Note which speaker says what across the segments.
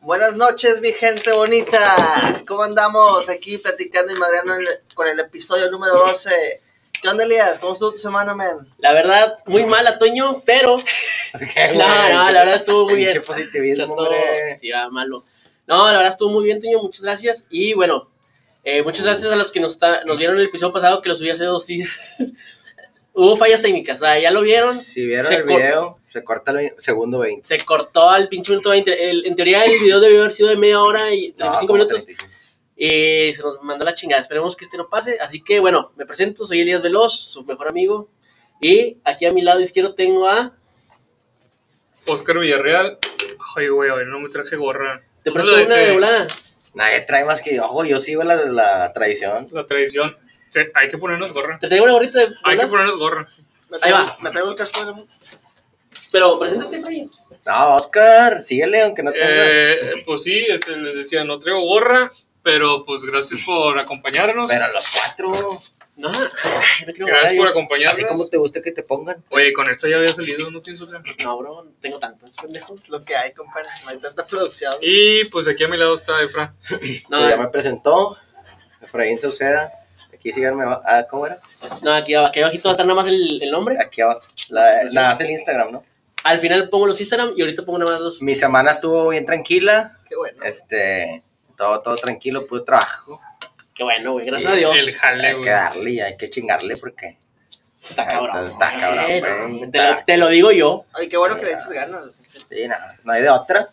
Speaker 1: Buenas noches, mi gente bonita. ¿Cómo andamos aquí platicando y madreando en el- con el episodio número 12? ¿Qué onda, Elías? ¿Cómo estuvo tu semana, man?
Speaker 2: La verdad, muy mala, Toño, pero
Speaker 3: Okay,
Speaker 2: No, no, la verdad estuvo muy bien.
Speaker 3: Qué positivismo,
Speaker 2: Chato,
Speaker 3: hombre.
Speaker 2: sí, va malo. No, la verdad estuvo muy bien, Toño, muchas gracias. Y bueno, eh, muchas gracias a los que nos, ta- nos vieron el episodio pasado, que lo subí hace dos días. Hubo fallas técnicas, o sea, ya lo vieron,
Speaker 3: Si vieron
Speaker 2: Se
Speaker 3: el
Speaker 2: cor-
Speaker 3: video, se corta el vein- segundo 20.
Speaker 2: se cortó al pinche minuto 20. El- en teoría el video debió haber sido de media hora y 35
Speaker 3: como
Speaker 2: minutos.
Speaker 3: 35.
Speaker 2: Y se nos mandó la chingada. Esperemos que este no pase. Así que bueno, me presento, soy Elías Veloz, su mejor amigo. Y aquí a mi lado izquierdo tengo a...
Speaker 4: Oscar Villarreal. Ay, güey, hoy no me traje gorra.
Speaker 2: Te
Speaker 4: No
Speaker 2: presto
Speaker 4: la
Speaker 2: una
Speaker 4: dejé.
Speaker 2: de volada.
Speaker 3: Nadie trae más que yo. Ojo, yo sigo la, la tradición.
Speaker 4: La tradición. Se- hay que ponernos gorra.
Speaker 2: Te traigo una gorrita de
Speaker 4: Hay que
Speaker 2: volada.
Speaker 4: ponernos gorra.
Speaker 1: Me
Speaker 2: Ahí
Speaker 1: traigo-
Speaker 2: va.
Speaker 1: Me traigo el casco de la-
Speaker 2: Pero preséntate, Freddy.
Speaker 3: No, Oscar, síguele, aunque no tengas.
Speaker 4: Eh, pues sí, este, les decía, no traigo gorra, pero pues gracias por acompañarnos.
Speaker 3: Pero los cuatro,
Speaker 2: No, ay, no quiero
Speaker 4: Gracias por
Speaker 2: horarios.
Speaker 3: así
Speaker 4: acompañarnos.
Speaker 3: como te guste que te pongan.
Speaker 4: Oye, con esta ya había salido, no pienso otra.
Speaker 2: No, bro, no tengo tantos pendejos.
Speaker 1: Es lo que hay, compadre. No hay tanta producción.
Speaker 4: Y pues aquí a mi lado está Efra.
Speaker 2: No,
Speaker 3: Pues
Speaker 4: eh.
Speaker 3: Ya me presentó Efraín Sauceda. Aquí síganme. aba- Ah, ¿Cómo era?
Speaker 2: no aquí, ab- aquí abajito va a estar nada más el, el nombre.
Speaker 3: Aquí abajo. La, la hace el Instagram, ¿no?
Speaker 2: Al final pongo los Instagram y ahorita pongo nada más los...
Speaker 3: Mi semana estuvo bien tranquila.
Speaker 1: Qué bueno.
Speaker 3: Este, todo, todo tranquilo, pude trabajo.
Speaker 2: Qué bueno, güey, gracias
Speaker 3: Y
Speaker 2: a Dios.
Speaker 4: El jale,
Speaker 3: Hay
Speaker 4: güey.
Speaker 3: que darle y hay que chingarle porque
Speaker 2: Está cabrón.
Speaker 3: Está cabrón,
Speaker 2: Sí,
Speaker 3: güey.
Speaker 2: no, te, lo, te lo digo yo.
Speaker 1: Ay, qué bueno que le eches ganas.
Speaker 3: sí, no, no hay de otra.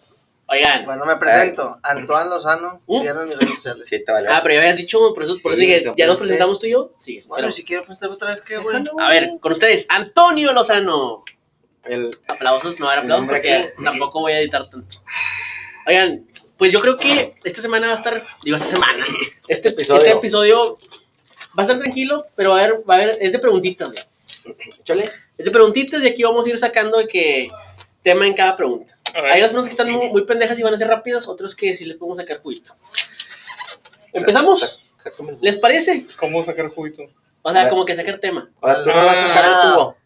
Speaker 2: Oigan.
Speaker 1: Bueno, me presento. Antoine Lozano.
Speaker 2: ¿Mm?
Speaker 1: Síganos en mis redes sociales.
Speaker 3: Sí, te vale.
Speaker 2: Ah, pero ya habías dicho, por eso, por eso
Speaker 3: Sí,
Speaker 2: dije,
Speaker 3: está
Speaker 2: ya nos
Speaker 3: presente.
Speaker 2: presentamos tú y yo. Sí.
Speaker 1: Bueno,
Speaker 2: pero-
Speaker 1: si quiero presentarme otra vez, ¿qué, güey?
Speaker 2: A ver, con ustedes, Antonio Lozano.
Speaker 3: El-
Speaker 2: Aplausos, no va a haber
Speaker 3: El
Speaker 2: aplausos
Speaker 3: nombre
Speaker 2: porque
Speaker 3: aquí.
Speaker 2: tampoco voy a editar tanto. Oigan, pues yo creo que esta semana va a estar, digo esta semana, este episodio,
Speaker 3: Episodio.
Speaker 2: este episodio va a estar tranquilo, pero va a haber, va a haber es de preguntitas, güey.
Speaker 3: chole.
Speaker 2: es de preguntitas y aquí vamos a ir sacando de que tema en cada pregunta.
Speaker 4: A ver,
Speaker 2: Hay unas preguntas que están muy, muy pendejas y van a ser rápidas, otros que sí le podemos sacar juicio. ¿Empezamos?
Speaker 3: Sac- sac- sac-
Speaker 2: ¿Les parece?
Speaker 4: ¿Cómo sacar juguito?
Speaker 2: O sea, como que sacar tema.
Speaker 3: O sea, tú no vas a sacar el tubo.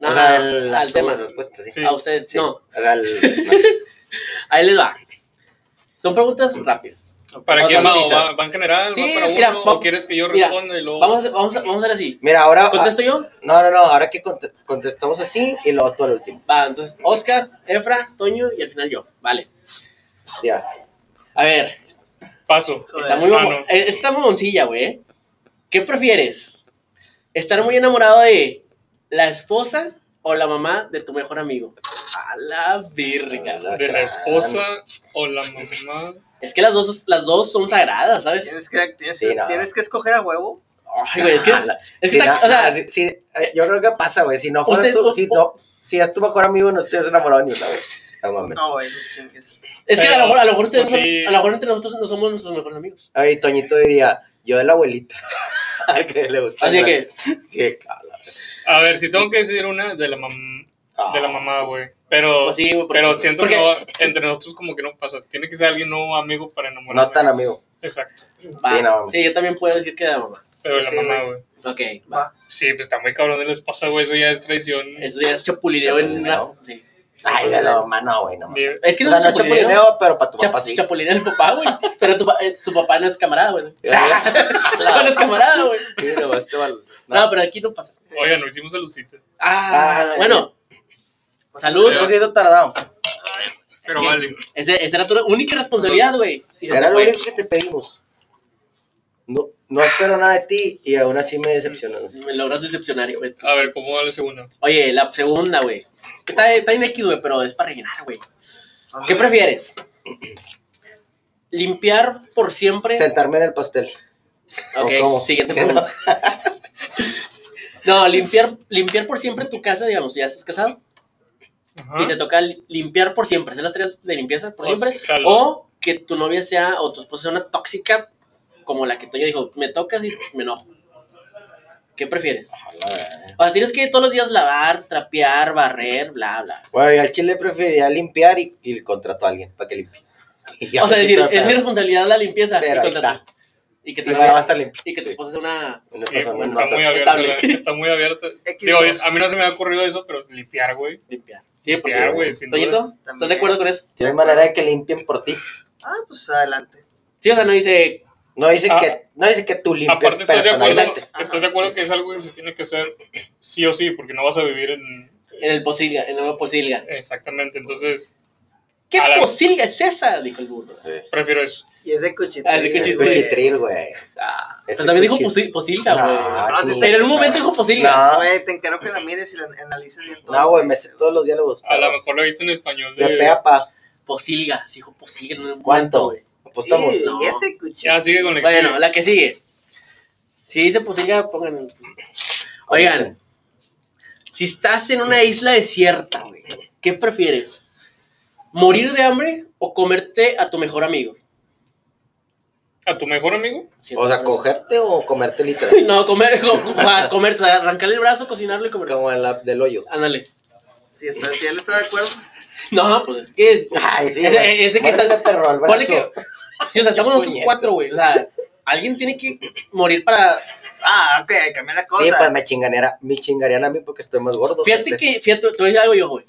Speaker 2: No,
Speaker 3: o sea, el,
Speaker 2: Ah, al tema.
Speaker 3: respuesta, sí.
Speaker 4: Sí.
Speaker 2: A ustedes,
Speaker 3: Sí.
Speaker 2: no.
Speaker 3: O sea, el- no.
Speaker 2: Ahí les va. Son preguntas rápidas.
Speaker 4: ¿Para
Speaker 3: O
Speaker 4: quién va? ¿O
Speaker 3: concisas.
Speaker 4: va? ¿Va en general?
Speaker 2: Sí,
Speaker 4: ¿Va para uno?
Speaker 2: mira, va-
Speaker 4: ¿O quieres que yo
Speaker 2: mira,
Speaker 4: responda y luego...?
Speaker 2: Vamos a, vamos a, vamos a hacer así.
Speaker 3: Mira, ahora.
Speaker 2: ¿Contesto yo?
Speaker 3: ah, no, no, no. Ahora que cont- contestamos así y luego tú al último.
Speaker 2: Va, entonces, Oscar, Efra, Toño y al final yo. Vale.
Speaker 3: Hostia.
Speaker 2: A ver,
Speaker 4: Paso.
Speaker 2: está muy
Speaker 4: Ah,
Speaker 2: mamón-
Speaker 4: no.
Speaker 2: eh, Está mamoncilla, güey. ¿Qué prefieres? ¿Estar muy enamorado de la esposa o la mamá de tu mejor amigo? A la virga.
Speaker 4: ¿De la esposa o la mamá?
Speaker 2: Es que las dos, las dos son sagradas, ¿sabes?
Speaker 1: Tienes que, tienes,
Speaker 3: Sí,
Speaker 1: que-
Speaker 3: no.
Speaker 1: tienes que escoger a huevo.
Speaker 2: Ay, güey, es que, es
Speaker 3: Ah, la-
Speaker 2: que
Speaker 3: sí,
Speaker 2: está,
Speaker 3: no,
Speaker 2: o sea,
Speaker 3: no, sí, sí, eh, yo creo que pasa, güey. Si no fuera
Speaker 2: Ustedes-
Speaker 3: tú, si, no, si es tu mejor amigo, no estuvieras enamorado ni una vez. No
Speaker 2: Pues-
Speaker 3: mames.
Speaker 1: No, güey, no chingues.
Speaker 2: es que a lo mejor, a lo mejor, ustedes
Speaker 4: Pues
Speaker 2: no-
Speaker 4: sí.
Speaker 2: a lo mejor entre nosotros no somos nuestros mejores amigos.
Speaker 3: Ay, Toñito diría, yo de la abuelita. Al que le gusta.
Speaker 2: Así
Speaker 3: la-
Speaker 2: que,
Speaker 3: Sí, cala.
Speaker 4: A ver, si tengo que decir una, de la mamá. de la mamá, güey. Pero,
Speaker 2: pues sí, güey, porque-
Speaker 4: pero siento
Speaker 2: porque-
Speaker 4: que no va- entre nosotros como que no pasa. Tiene que ser alguien no amigo para enamorar.
Speaker 3: No tan amigo.
Speaker 4: Exacto.
Speaker 2: Va.
Speaker 3: Sí, no pues. mames.
Speaker 2: Sí, yo también puedo decir que de la mamá.
Speaker 4: Pero la
Speaker 1: Sí,
Speaker 4: mamá,
Speaker 1: güey.
Speaker 4: güey.
Speaker 2: Ok,
Speaker 3: Ah,
Speaker 2: va.
Speaker 1: Va.
Speaker 4: Sí, pues está muy cabrón de la esposa, güey. Eso ya es traición.
Speaker 2: Eso ya es chapulineo en una...
Speaker 3: Chapulineo.
Speaker 2: sí.
Speaker 3: Ay, de la mamá no, güey, no mames.
Speaker 4: Ni-
Speaker 2: Es que no
Speaker 3: o sea, no
Speaker 2: es chapulineo.
Speaker 3: chapulineo, pero para tu papá
Speaker 2: Chap-
Speaker 3: sí.
Speaker 2: Chapulineo es el papá, güey. Pero tu, pa- eh, tu papá no es camarada, güey. Tu papá no
Speaker 3: Ah,
Speaker 2: es camarada, güey.
Speaker 3: sí, no, este val-
Speaker 2: No.
Speaker 3: no.
Speaker 2: pero aquí no pasa.
Speaker 4: Oiga, no hicimos a Lucita.
Speaker 2: Ah,
Speaker 3: Ah,
Speaker 2: bueno. Salud.
Speaker 3: Un poquito tardado.
Speaker 4: Pero
Speaker 2: que-
Speaker 4: vale.
Speaker 2: Ese- esa era tu única responsabilidad, güey. Y se
Speaker 3: Era
Speaker 2: te
Speaker 3: lo
Speaker 2: fue.
Speaker 3: único que te pedimos. No, no espero nada de ti y aún así me decepcionó.
Speaker 2: Me logras decepcionar, güey.
Speaker 4: A ver, ¿cómo va la segunda?
Speaker 2: Oye, la segunda, güey. Está, está en X, güey, pero es para rellenar, güey. ¿Qué prefieres? ¿Limpiar por siempre?
Speaker 3: Sentarme en el pastel.
Speaker 2: Ok,
Speaker 3: ¿O cómo?
Speaker 2: siguiente pregunta. No, limpiar, limpiar por siempre tu casa, digamos, ya estás casado
Speaker 4: Ajá.
Speaker 2: y te toca li- limpiar por siempre, hacer las tareas de limpieza por
Speaker 4: ¿Ah? O
Speaker 2: siempre.
Speaker 4: sea, lo-
Speaker 2: O que tu novia sea o tu esposa sea una tóxica como la que Toño dijo, me tocas y me enojo. ¿Qué prefieres? O sea, tienes que todos los días lavar, trapear, barrer, bla, bla.
Speaker 3: Bueno, yo al chile preferiría limpiar y, y contrato a alguien para que limpie. Y ya
Speaker 2: O sea,
Speaker 3: me
Speaker 2: decir,
Speaker 3: quito de
Speaker 2: es mi
Speaker 3: pedo.
Speaker 2: responsabilidad la limpieza. y
Speaker 3: Pero ahí
Speaker 2: contratar.
Speaker 3: está.
Speaker 2: Y que tu
Speaker 3: Y bueno, va a
Speaker 2: esposa,
Speaker 3: estar limpio.
Speaker 2: y que tu
Speaker 3: Sí.
Speaker 2: esposa sea una...
Speaker 3: Una
Speaker 4: Sí,
Speaker 3: persona, una
Speaker 4: güey, está, muy
Speaker 3: persona.
Speaker 4: abierta, la-
Speaker 2: estable.
Speaker 4: está muy abierta.
Speaker 1: X2.
Speaker 4: Digo, a mí no se me ha ocurrido eso, pero limpiar, güey.
Speaker 2: Limpiar. Sí, por
Speaker 4: Limpiar,
Speaker 2: favor.
Speaker 4: güey, sin duda.
Speaker 2: Toñito, ¿estás de
Speaker 1: También.
Speaker 2: acuerdo con eso?
Speaker 3: Si hay manera de que limpien por ti.
Speaker 1: Ah, pues adelante.
Speaker 2: Sí, o sea, no dice...
Speaker 3: No dice,
Speaker 4: Ah.
Speaker 3: que, no dice que tú limpies
Speaker 4: Aparte, estás de, acuerdo,
Speaker 3: personalmente.
Speaker 1: Ajá.
Speaker 4: estás de acuerdo que es algo que se tiene que hacer sí o sí, porque no vas a vivir en.
Speaker 2: En el posilga, en la nueva posilga.
Speaker 4: Exactamente, entonces
Speaker 2: ¿Qué
Speaker 4: A la-
Speaker 2: posilga es esa? Dijo el burro.
Speaker 4: prefiero eso.
Speaker 1: Y ese
Speaker 2: Ah, el
Speaker 1: cuchitril.
Speaker 3: Es
Speaker 2: cuchitril.
Speaker 1: güey.
Speaker 3: cuchitril, güey.
Speaker 2: Ah,
Speaker 3: Ese
Speaker 2: pero también dijo
Speaker 3: cuchillo.
Speaker 2: posi- posilga, güey.
Speaker 1: Ah, sí,
Speaker 3: chinga.
Speaker 2: Pero en un momento dijo posilga.
Speaker 3: No,
Speaker 1: Güey, te encargo que la mires y la analices bien todo.
Speaker 3: no, güey, me sé todos los diálogos.
Speaker 4: A lo
Speaker 3: pero
Speaker 4: mejor lo viste en español de.
Speaker 3: De peapa.
Speaker 2: Posilga, sí dijo posilga en un momento,
Speaker 3: ¿Cuánto?
Speaker 2: güey.
Speaker 3: Apostamos.
Speaker 1: Y,
Speaker 2: no.
Speaker 1: y ese cuchitril.
Speaker 4: Ya sigue con la
Speaker 2: Bueno, la que sigue. Si dice posilga, pongan... Oigan, si estás en una isla desierta, güey, ¿qué prefieres? ¿Morir de hambre o comerte a tu mejor amigo?
Speaker 4: ¿A tu mejor amigo?
Speaker 3: O sea, cogerte o comerte literal.
Speaker 2: Uy, No, comer, co- co- a comerte, o sea, arrancarle el brazo, cocinarlo y comerlo.
Speaker 3: Como en la del hoyo.
Speaker 2: Ándale.
Speaker 1: Si, está, si él está de acuerdo.
Speaker 2: No, pues es que. es-
Speaker 3: Ay, sí, güey.
Speaker 2: ese, ese que
Speaker 3: Muérdele,
Speaker 2: está.
Speaker 3: perro al
Speaker 2: Ponle
Speaker 3: brazo.
Speaker 2: que. Sí, o sea, estamos nosotros
Speaker 3: Puñeta.
Speaker 2: cuatro, güey. O sea, alguien tiene que morir para.
Speaker 1: Ah, ok, cambié la cosa.
Speaker 3: Sí, pues me chinganera, me chingarían a mí porque estoy más gordo.
Speaker 2: Fíjate que. Fíjate, te voy a decir algo yo, güey.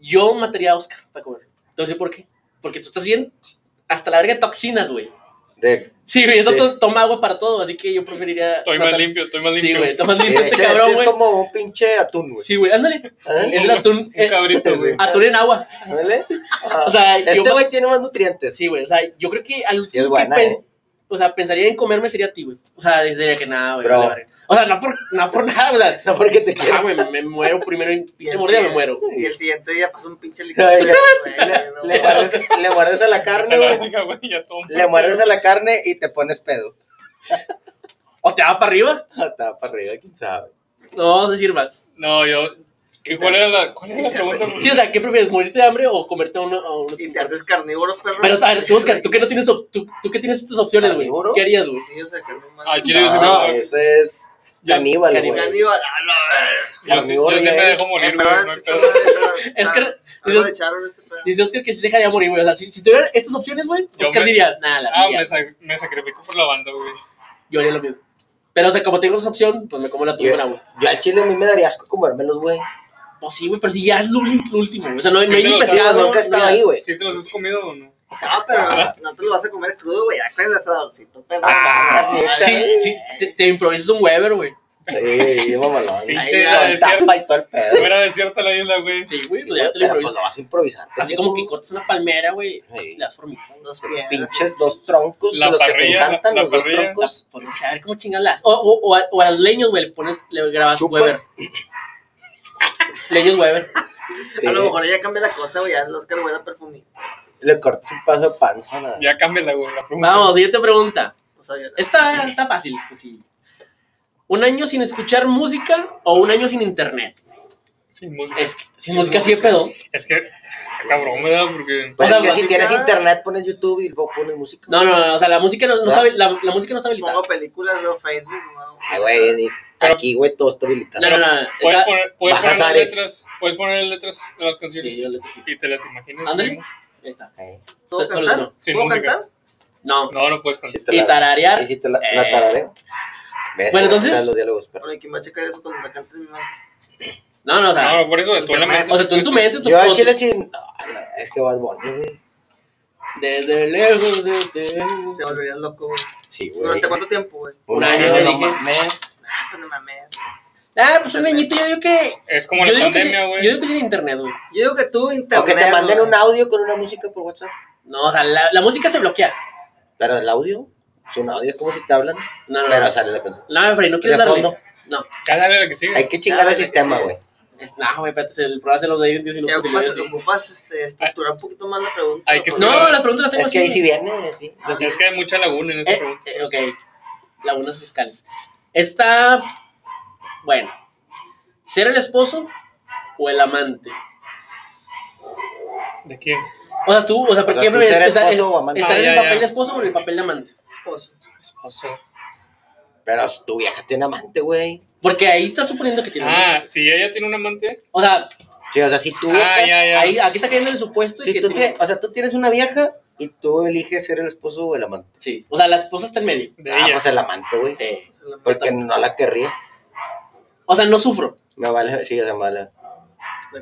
Speaker 2: Yo mataría a Oscar para comer. Entonces, ¿por qué? Porque tú estás bien. Hasta la verga de toxinas, güey.
Speaker 3: De,
Speaker 2: Sí, güey, eso
Speaker 3: Sí.
Speaker 2: to- toma agua para todo, así que yo preferiría.
Speaker 4: Estoy más
Speaker 2: matar-
Speaker 4: limpio, estoy más
Speaker 2: Sí,
Speaker 4: limpio.
Speaker 2: güey, está más limpio
Speaker 3: de
Speaker 2: este
Speaker 3: hecho,
Speaker 2: cabrón,
Speaker 3: este es
Speaker 2: güey.
Speaker 3: como un pinche atún, güey.
Speaker 2: Sí, güey, ándale.
Speaker 3: ¿Eh?
Speaker 2: Es el atún.
Speaker 4: Un
Speaker 2: eh,
Speaker 4: cabrito, güey.
Speaker 2: atún en agua.
Speaker 3: ¿Vale? Ah.
Speaker 2: O sea, yo
Speaker 3: este
Speaker 2: ma-
Speaker 3: güey tiene más nutrientes.
Speaker 2: Sí, güey, o sea, yo creo que al último
Speaker 3: Sí es buena,
Speaker 2: que pens-
Speaker 3: ¿eh?
Speaker 2: o sea, pensaría en comerme sería a ti, güey. O sea, diría que nada, güey.
Speaker 3: Bro.
Speaker 2: vale, verga. O sea, no por, no por nada, o sea,
Speaker 3: No porque te
Speaker 2: ah,
Speaker 3: quiero.
Speaker 2: güey, me muero primero en pinche
Speaker 1: el
Speaker 2: mordida, me
Speaker 1: siguiente-
Speaker 2: muero.
Speaker 1: Y el siguiente día pasó un pinche
Speaker 3: Ay,
Speaker 1: helicóptero. güey, no,
Speaker 3: Le muerdes, le muerdes a la carne,
Speaker 4: Vete a la
Speaker 3: güey.
Speaker 4: verga, güey, ya todo
Speaker 3: Le muerdes a la carne y te pones pedo.
Speaker 2: O te va para arriba,
Speaker 3: Hasta para arriba, quién sabe.
Speaker 2: no vamos a decir más.
Speaker 4: No, yo. ¿qué- ¿Cuál era la, cuál era la
Speaker 1: Y te hace-
Speaker 4: pregunta?
Speaker 2: Sí, o sea, ¿qué prefieres, morirte de hambre o comerte a uno? A uno
Speaker 1: Y te haces carnívoro, perro.
Speaker 2: Pero, a ver, tú, Oscar, tú que no tienes, op- tú, tú que tienes estas opciones, güey.
Speaker 3: ¿Carnívoro?
Speaker 2: ¿Qué harías, güey?
Speaker 1: Sí, o sea, carnívoro.
Speaker 4: Ah, chile, yo sí me-
Speaker 3: No, ese es
Speaker 2: Yo-
Speaker 3: caníbal,
Speaker 2: caníbal.
Speaker 3: güey.
Speaker 1: Caníbal, a "Ah, la verga. Eh,
Speaker 4: yo sí-
Speaker 3: carnívoro
Speaker 4: yo sí
Speaker 3: ya
Speaker 4: me
Speaker 3: es.
Speaker 4: dejo morir, güey.
Speaker 1: Perdón, es
Speaker 4: no
Speaker 1: que
Speaker 4: hay
Speaker 1: esta
Speaker 4: pedo.
Speaker 1: madre está-
Speaker 2: Es que-
Speaker 1: ah, algo le echaron a este pedo.
Speaker 2: Dice Oscar que sí se dejaría morir, güey. O sea, si, si tuviera estas opciones, güey,
Speaker 4: Yo
Speaker 2: Oscar
Speaker 4: me-
Speaker 2: diría, nada, la
Speaker 4: Ah,
Speaker 2: mía.
Speaker 4: me, sa- me sacrifico por la banda, güey.
Speaker 2: Yo haría lo mismo. Pero, o sea, como tengo esa opción, pues me como la tuya
Speaker 3: Yo,
Speaker 2: con agua.
Speaker 3: yo al chile a mí me daría asco comérmelos, güey.
Speaker 2: Pues sí, güey, pero si ya es lo último, güey. O sea, no,
Speaker 4: Sí,
Speaker 2: no hay
Speaker 4: pero,
Speaker 2: ni
Speaker 4: o sea,
Speaker 2: pescado.
Speaker 3: nunca he
Speaker 2: ni
Speaker 3: estado
Speaker 2: nada.
Speaker 3: ahí, güey.
Speaker 4: ¿Sí te los has comido o no?
Speaker 1: No, Ah, pero no te lo vas a comer crudo, güey. Ya con el asadorcito, perro.
Speaker 3: Ah,
Speaker 2: Sí, sí, te, te improvisas un Weber, güey.
Speaker 3: Sí, mamalón.
Speaker 4: Pinche
Speaker 3: Ahí,
Speaker 4: era
Speaker 3: Con
Speaker 4: desierto.
Speaker 3: tapa y todo el pedo.
Speaker 4: No era desierta la isla, güey.
Speaker 2: Sí, güey, pues ya
Speaker 3: Pero
Speaker 2: te lo
Speaker 3: pues
Speaker 2: improvisas.
Speaker 3: lo vas a improvisar.
Speaker 2: Así
Speaker 3: pendejo.
Speaker 2: como que cortas una palmera, güey, y
Speaker 3: Sí.
Speaker 2: la formitas.
Speaker 1: Dos piedras.
Speaker 3: Pinches dos troncos,
Speaker 4: La
Speaker 3: de los que te
Speaker 4: parrilla,
Speaker 3: encantan,
Speaker 4: la
Speaker 3: los dos
Speaker 4: parrilla.
Speaker 3: troncos.
Speaker 2: Pues a ver cómo chingalas. O, o, o, a, o a los leños, güey, le pones, le grabas Weber.
Speaker 3: Chupas.
Speaker 2: Leños Weber.
Speaker 3: sí,
Speaker 1: A lo mejor ya cambia la cosa, güey. Ya el Oscar huele a perfumito.
Speaker 3: Le cortas un paso de panza. nada.
Speaker 4: Ya cámbiala, güey, la pregunta.
Speaker 2: Vamos, siguiente pregunta.
Speaker 1: No sabía nada.
Speaker 2: Esta está fácil, sencilla. ¿Un año sin escuchar música o un año sin internet?
Speaker 4: Sin música.
Speaker 2: Es que sin música sí de pedo.
Speaker 4: Es que está cabrón, ¿verdad? Porque.
Speaker 2: O
Speaker 3: Pues
Speaker 2: sea,
Speaker 3: es que si
Speaker 1: música-
Speaker 3: tienes internet, pones YouTube y luego pones música.
Speaker 2: No, no, no, o sea, la música no, no está, la, la música no está habilitada.
Speaker 1: Pongo películas, veo Facebook, güey.
Speaker 3: Ay, Ah, güey, ni-
Speaker 4: Pero-
Speaker 3: aquí, güey, todo está
Speaker 2: No,
Speaker 3: habilitado.
Speaker 2: no, no.
Speaker 4: Puedes
Speaker 2: está-
Speaker 4: poner, puedes
Speaker 3: Bajas
Speaker 4: poner las
Speaker 3: Ares.
Speaker 4: letras. Puedes poner letras de las canciones.
Speaker 2: Sí, yo le sí.
Speaker 4: Y te las imaginas.
Speaker 2: Ándale.
Speaker 4: mismo.
Speaker 2: Ahí está.
Speaker 3: Eh,
Speaker 1: ¿Puedo
Speaker 2: Solo
Speaker 1: cantar?
Speaker 2: eso
Speaker 4: Sin
Speaker 1: ¿Puedo
Speaker 4: música.
Speaker 1: cantar?
Speaker 2: No.
Speaker 4: No, no puedes cantar.
Speaker 3: si te
Speaker 2: Y
Speaker 3: la-
Speaker 2: tararear.
Speaker 3: y si te la, la
Speaker 2: Eh.
Speaker 3: tarareo.
Speaker 2: Bueno,
Speaker 3: Ves, güey,
Speaker 2: entonces-
Speaker 3: sabes los diálogos, pero-
Speaker 1: Oye, ¿quién va a checar eso cuando la cante mi mamá?
Speaker 2: No, no, o sea.
Speaker 4: No, por eso tú en la mente.
Speaker 2: o sea, tú en tu mente, tú
Speaker 3: Yo al
Speaker 2: como
Speaker 3: chile
Speaker 2: tú-
Speaker 3: sin. No, no, Es que Bad Bunny, güey.
Speaker 2: Desde lejos de te-
Speaker 1: Se volverías loco, güey.
Speaker 3: Sí, güey.
Speaker 1: ¿Durante cuánto tiempo, güey?
Speaker 2: Un año, yo
Speaker 3: no
Speaker 2: dije.
Speaker 3: mames.
Speaker 1: Ah, pues no mames.
Speaker 2: Ah, pues un añito, yo digo que.
Speaker 4: Es como
Speaker 2: Yo
Speaker 4: la
Speaker 2: digo que, sí-
Speaker 4: pandemia,
Speaker 2: yo
Speaker 4: güey.
Speaker 2: digo que sin internet, güey.
Speaker 1: Yo digo que tú internet.
Speaker 3: O que te manden
Speaker 1: güey.
Speaker 3: un audio con una música por WhatsApp.
Speaker 2: No, o sea, la, la música se bloquea.
Speaker 3: Pero el audio, es un audio, es como si te hablan.
Speaker 2: No, no,
Speaker 3: Pero
Speaker 2: no.
Speaker 3: sale la canción.
Speaker 2: No, Freddy, no quieres
Speaker 3: de
Speaker 2: darle.
Speaker 3: fondo.
Speaker 2: No.
Speaker 4: Cada vez la que sigue.
Speaker 3: Hay que chingar
Speaker 1: Ya,
Speaker 3: el
Speaker 1: ya que
Speaker 3: sistema,
Speaker 1: sí.
Speaker 3: güey.
Speaker 2: Es- No, güey, espérate, el programa se los doy en 10
Speaker 1: Ya
Speaker 2: minutos. y le doy
Speaker 1: ocupas,
Speaker 2: así.
Speaker 1: ocupas este, estructurar un poquito más la pregunta.
Speaker 4: Hay que
Speaker 1: güey.
Speaker 2: No, las preguntas las tengo
Speaker 3: Es que ahí
Speaker 2: así.
Speaker 3: sí viene, güey, sí. Los-
Speaker 4: Pues Es que hay mucha laguna en esa
Speaker 2: Eh,
Speaker 4: pregunta.
Speaker 2: eh, ok. Lagunas fiscales. Está. Bueno. ¿Ser el esposo o el amante?
Speaker 4: ¿De quién?
Speaker 2: O sea, tú, o sea, ¿por
Speaker 3: O sea,
Speaker 2: qué
Speaker 3: tú
Speaker 2: prefieres
Speaker 3: ser
Speaker 2: estar,
Speaker 3: esposo o amante.
Speaker 2: estar
Speaker 4: Ah,
Speaker 2: en
Speaker 4: ya,
Speaker 2: el
Speaker 4: ya.
Speaker 2: papel de esposo o en el papel de amante?
Speaker 1: esposo.
Speaker 4: Esposo.
Speaker 3: Pero tu vieja tiene amante, güey.
Speaker 2: Porque ahí estás suponiendo que tiene.
Speaker 4: Ah, si ella tiene un amante.
Speaker 2: o sea,
Speaker 3: Sí, o sea, si tú.
Speaker 4: Ah, ya, ya.
Speaker 2: ahí, aquí está cayendo el supuesto. de
Speaker 3: Si
Speaker 2: que
Speaker 3: tú
Speaker 2: tiene-
Speaker 3: tie- o sea, tú tienes una vieja y tú eliges ser el esposo o el amante.
Speaker 2: Sí. O sea, la esposa está en medio.
Speaker 4: De
Speaker 3: ah,
Speaker 4: ella.
Speaker 3: pues el amante, güey.
Speaker 2: Sí.
Speaker 3: Porque no la querría.
Speaker 2: O sea, no sufro.
Speaker 3: Me vale, sí, o sea, me vale.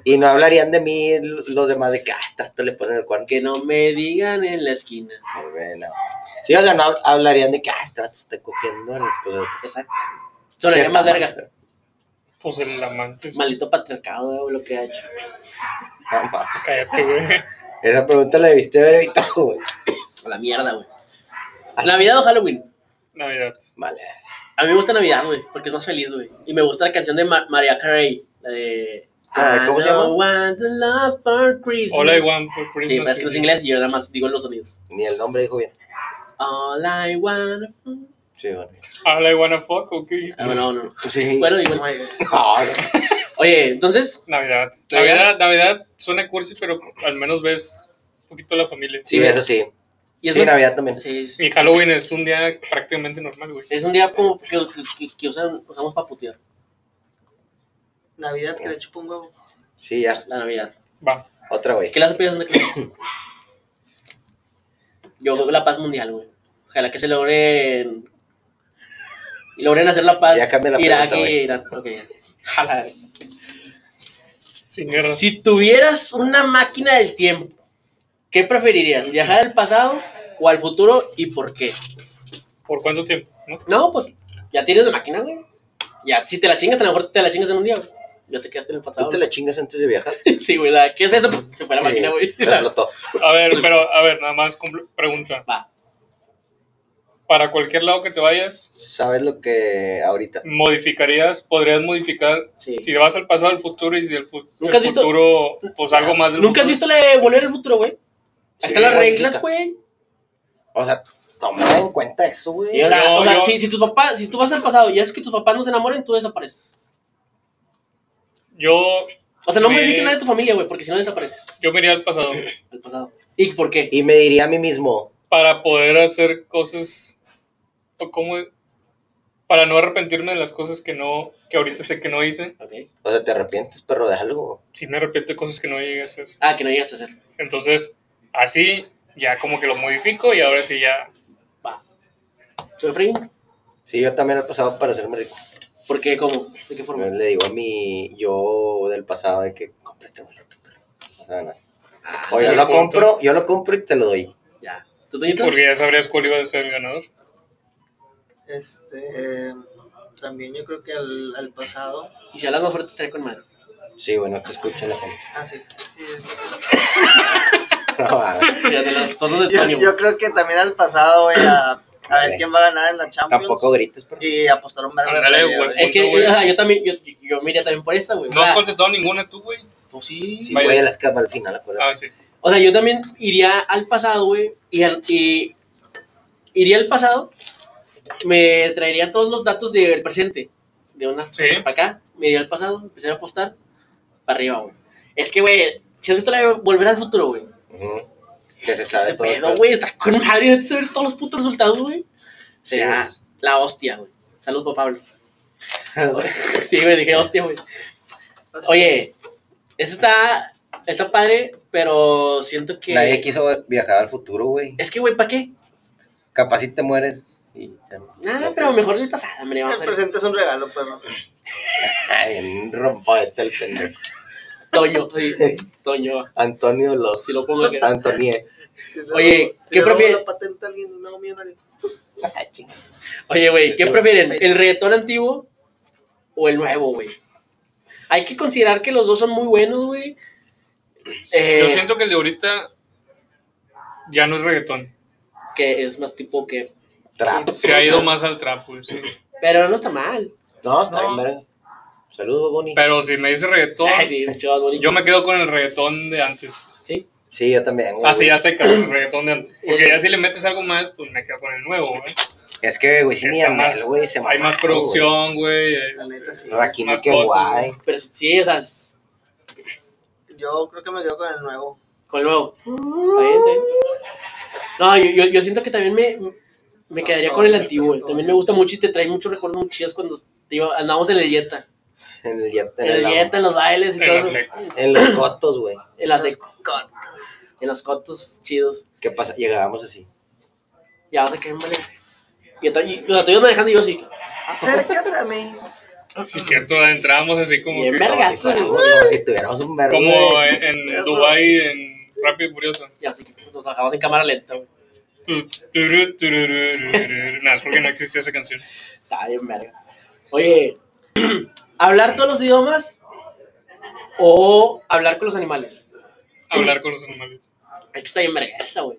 Speaker 3: Y no hablarían de mí los demás de que, ah, este vato le ponen el cuerno.
Speaker 2: Que no me digan en la esquina.
Speaker 3: Muy bueno. Sí, o sea, no hab- hablarían de que, ah, este vato está cogiendo al esposo.
Speaker 2: Exacto. Sonaría
Speaker 3: Está
Speaker 2: más
Speaker 3: mal.
Speaker 2: verga.
Speaker 4: Pues el amante. es-
Speaker 2: Maldito patriarcado, güey, lo que ha hecho.
Speaker 3: No, mames.
Speaker 4: Cállate, güey.
Speaker 3: Esa pregunta la debiste haber evitado, güey.
Speaker 2: A la mierda, güey. Navidad o Halloween.
Speaker 4: Navidad.
Speaker 3: Vale.
Speaker 2: A mí me gusta Navidad, güey, porque es más feliz, güey. Y me gusta la canción de Ma- Mariah Carey, la de...
Speaker 3: Ah, ¿cómo
Speaker 2: I
Speaker 3: se llama?
Speaker 2: don't want to love for Christmas.
Speaker 4: All I want for
Speaker 2: Sí, pero
Speaker 4: Christmas.
Speaker 2: es que es
Speaker 4: is
Speaker 2: inglés y yo nada más digo los sonidos.
Speaker 3: Ni el nombre dijo bien.
Speaker 2: All I want...
Speaker 3: Sí, bueno. Pues
Speaker 4: you. All I wanna fuck, ¿o qué dijiste?
Speaker 2: Ah, bueno, no, no.
Speaker 3: Sí.
Speaker 2: Bueno, igual.
Speaker 3: No, no.
Speaker 2: Oye, entonces...
Speaker 4: Navidad.
Speaker 2: Navidad.
Speaker 4: Navidad, Navidad suena cursi, pero al menos ves un poquito a la familia.
Speaker 3: Sí,
Speaker 2: Sí,
Speaker 3: eso sí.
Speaker 2: ¿y es
Speaker 3: sí,
Speaker 2: más-
Speaker 3: Navidad también.
Speaker 2: Sí, sí.
Speaker 4: Y Halloween es un día prácticamente normal, güey.
Speaker 2: Es un día como que, que, que- que usan- usamos para putear,
Speaker 1: Navidad que le chupa un huevo.
Speaker 3: Sí, ya.
Speaker 2: la Navidad.
Speaker 4: Va.
Speaker 3: Otra, güey.
Speaker 2: ¿Qué le hace piensas de que- Yo creo que la paz mundial, güey. Ojalá que se logren. Y logren hacer la paz.
Speaker 3: Ya cambia la
Speaker 2: Irak
Speaker 3: pregunta,
Speaker 2: y
Speaker 3: güey.
Speaker 2: Irán. Ok, ya. Jala.
Speaker 4: Sin guerra.
Speaker 2: Si tuvieras una máquina del tiempo, ¿qué preferirías? ¿Viajar al pasado o al futuro y por qué?
Speaker 4: ¿Por cuánto tiempo? ¿No?
Speaker 2: No, pues ya tienes la máquina, güey. Ya, si te la chingas, a lo mejor te la chingas en un día, güey. Ya te quedaste en el pasado.
Speaker 3: ¿Tú te la chingas antes de viajar?
Speaker 2: güey. Sí, güey, la- ¿qué es eso? Pues, Se fue la máquina,
Speaker 3: Sí,
Speaker 2: güey.
Speaker 3: Explotó.
Speaker 4: A ver, pero, a ver, nada más comple- pregunta.
Speaker 2: Va.
Speaker 4: Para cualquier lado que te vayas,
Speaker 3: ¿Sabes lo que ahorita?
Speaker 4: modificarías, podrías modificar.
Speaker 2: Sí.
Speaker 4: Si vas al pasado, al futuro, y si del fu-
Speaker 2: ¿Nunca has
Speaker 4: del
Speaker 2: visto-
Speaker 4: futuro, pues algo más del
Speaker 2: ¿Nunca has visto
Speaker 4: futuro.
Speaker 2: la de Volver al Futuro, güey? Ahí
Speaker 3: Sí,
Speaker 2: están las
Speaker 3: modifica.
Speaker 2: reglas, güey.
Speaker 3: O sea, toma en cuenta eso, güey.
Speaker 2: Sí, o sea,
Speaker 4: No,
Speaker 2: o sea,
Speaker 4: yo-
Speaker 2: si, si tus papás, si tú vas al pasado y es que tus papás no se enamoren, tú desapareces.
Speaker 4: Yo,
Speaker 2: O sea, no
Speaker 4: Me-
Speaker 2: modifiques nada de tu familia, güey, porque si no desapareces
Speaker 4: yo me iría al pasado
Speaker 2: al pasado. ¿Y por qué?
Speaker 3: Y me diría a mí mismo,
Speaker 4: para poder hacer cosas. O como. Para no arrepentirme de las cosas que no. Que ahorita sé que no hice.
Speaker 2: Ok.
Speaker 3: o sea, ¿te arrepientes, perro, de algo?
Speaker 4: Si me arrepiento de cosas que no llegué a hacer.
Speaker 2: Ah, que no llegas a hacer.
Speaker 4: Entonces, así ya como que lo modifico y ahora sí ya.
Speaker 2: Va. ¿Tú, Efraín?
Speaker 3: Sí, yo también he pasado para hacerme rico.
Speaker 2: ¿Por qué? ¿Cómo? ¿De qué forma?
Speaker 3: Le digo a mi yo del pasado de que compré este boleto, perro. O sea, no.
Speaker 2: Ah,
Speaker 3: O yo
Speaker 4: Buen
Speaker 3: lo
Speaker 4: punto.
Speaker 3: compro, yo lo compro y te lo doy.
Speaker 2: Ya. ¿Tú,
Speaker 4: Sí,
Speaker 2: Toñito?
Speaker 4: porque ya sabrías cuál iba a ser el ganador.
Speaker 1: Este. También yo creo que al, al pasado.
Speaker 2: Y si hablas más fuerte, estaré con madre.
Speaker 3: Sí, bueno, te escucha la gente.
Speaker 1: Ah, sí. sí.
Speaker 3: No, a ver,
Speaker 2: Mira, de los sonos de
Speaker 1: Yo,
Speaker 2: Toño.
Speaker 1: yo creo que también al pasado, güey, a, a ver
Speaker 3: Ándale.
Speaker 1: quién va a ganar en la Champions.
Speaker 3: tampoco grites, perro.
Speaker 1: Y apostar un verbo.
Speaker 4: Ándale, güey.
Speaker 2: Es que
Speaker 4: punto, güey.
Speaker 2: o sea, yo también, yo, yo me iría también por esa, güey.
Speaker 4: No
Speaker 2: O
Speaker 4: has
Speaker 2: sea,
Speaker 4: contestado ninguna tú, güey.
Speaker 2: pues sí.
Speaker 3: Sí,
Speaker 4: Vaya.
Speaker 3: voy a las capas al final, acuérdate.
Speaker 4: Ah, sí.
Speaker 2: O sea, yo también iría al pasado, güey. Y, al- y- iría al pasado. Me traería todos los datos del presente. De una
Speaker 4: Sí.
Speaker 2: para acá. Me iría al pasado. Empecé a apostar. Para arriba, güey. Es que, güey, si has visto la de volver al futuro, güey.
Speaker 4: Ah.
Speaker 3: Ujú. Que se sabe
Speaker 2: Ese
Speaker 3: todo.
Speaker 2: pedo, güey. Está con madre de saber todos los putos resultados, güey. Será
Speaker 3: Sí,
Speaker 2: la hostia, güey. Saludos, papá Pablo.
Speaker 3: güey.
Speaker 2: Sí, me dije hostia, güey. Oye, eso está, está padre, pero siento que.
Speaker 3: Nadie quiso viajar al futuro, güey.
Speaker 2: Es que, güey, ¿para qué?
Speaker 3: Capaz si te mueres y...
Speaker 2: Ah, pero mejor el pasado, hombre. Vamos
Speaker 1: El
Speaker 2: a ver.
Speaker 1: presente es un regalo, pues, perro.
Speaker 3: Ay, un rompoete el pendejo.
Speaker 2: Toño, sí, Toño.
Speaker 3: Antonio Los.
Speaker 2: Si lo pongo aquí.
Speaker 3: Antonie.
Speaker 1: Si le
Speaker 2: Oye,
Speaker 1: robo- si
Speaker 2: ¿qué
Speaker 1: le robo
Speaker 2: prefiere-
Speaker 1: la patente a alguien, no, mío, no, no.
Speaker 2: Oye, güey, ¿qué
Speaker 3: Esto-
Speaker 2: prefieren? ¿El reggaetón antiguo o el nuevo, güey? Hay que considerar que los dos son muy buenos, güey. Eh,
Speaker 4: Yo siento que el de ahorita ya no es reggaetón.
Speaker 2: que es más tipo que.
Speaker 3: Trap.
Speaker 4: Se ha ido más al trap, güey. sí.
Speaker 2: Pero no está mal.
Speaker 3: No, está
Speaker 4: No.
Speaker 3: bien, verga. Saludos, Bonnie.
Speaker 4: Pero si me dice reggaetón,
Speaker 2: Ay, sí, un chaval bonito.
Speaker 4: Eh, yo me quedo con el reggaetón de antes.
Speaker 2: Sí.
Speaker 3: Sí, yo también. güey.
Speaker 4: Así Ah, ya seca, el reggaetón de antes. Porque
Speaker 2: Eh.
Speaker 4: ya si le metes algo más, pues me quedo con el nuevo, güey.
Speaker 3: Es que, güey, sí, ni
Speaker 4: Está
Speaker 3: Anel,
Speaker 4: más-
Speaker 3: güey, se
Speaker 4: Hay más
Speaker 3: mamaron,
Speaker 4: producción, güey.
Speaker 1: La
Speaker 4: este,
Speaker 1: neta, sí.
Speaker 3: güey. Rakim,
Speaker 4: Más
Speaker 3: qué
Speaker 4: cosas,
Speaker 3: guay.
Speaker 2: Pero sí, o sea,
Speaker 1: Yo creo que me quedo con el nuevo.
Speaker 2: con el nuevo. Está bien, está bien. No, yo, yo, yo siento que también me, me quedaría con el antiguo, güey. También me gusta mucho y te trae muchos recuerdos muy chidos cuando te iba- andábamos en el Jetta.
Speaker 3: En el yate.
Speaker 2: En el
Speaker 3: la-
Speaker 2: Jetta, en los bailes y
Speaker 4: En
Speaker 2: todo.
Speaker 4: la
Speaker 2: eso.
Speaker 4: seco.
Speaker 3: En los cotos, güey.
Speaker 2: En la seco.
Speaker 1: Con-
Speaker 2: en los cotos chidos.
Speaker 3: ¿Qué pasa? Llegábamos así.
Speaker 2: Y ahora que me Y otra- y- o sea, tú ibas manejando y yo así.
Speaker 1: Acércate a mí.
Speaker 4: Sí, es cierto, entrábamos así como
Speaker 2: Bien
Speaker 4: que-
Speaker 2: verga.
Speaker 3: Como si, fuéramos- como si tuviéramos un verbo.
Speaker 4: como
Speaker 3: de-
Speaker 4: en, en Dubai en Rápido y Furioso.
Speaker 2: Y así nos bajamos en cámara lenta, güey.
Speaker 4: Tu, turu, turururururu. Nada, es porque no existía esa canción.
Speaker 2: Está bien, verga. Oye, ¿hablar todos los idiomas o hablar con los animales?
Speaker 4: Hablar con los animales.
Speaker 2: Es que está bien, verga esa, güey.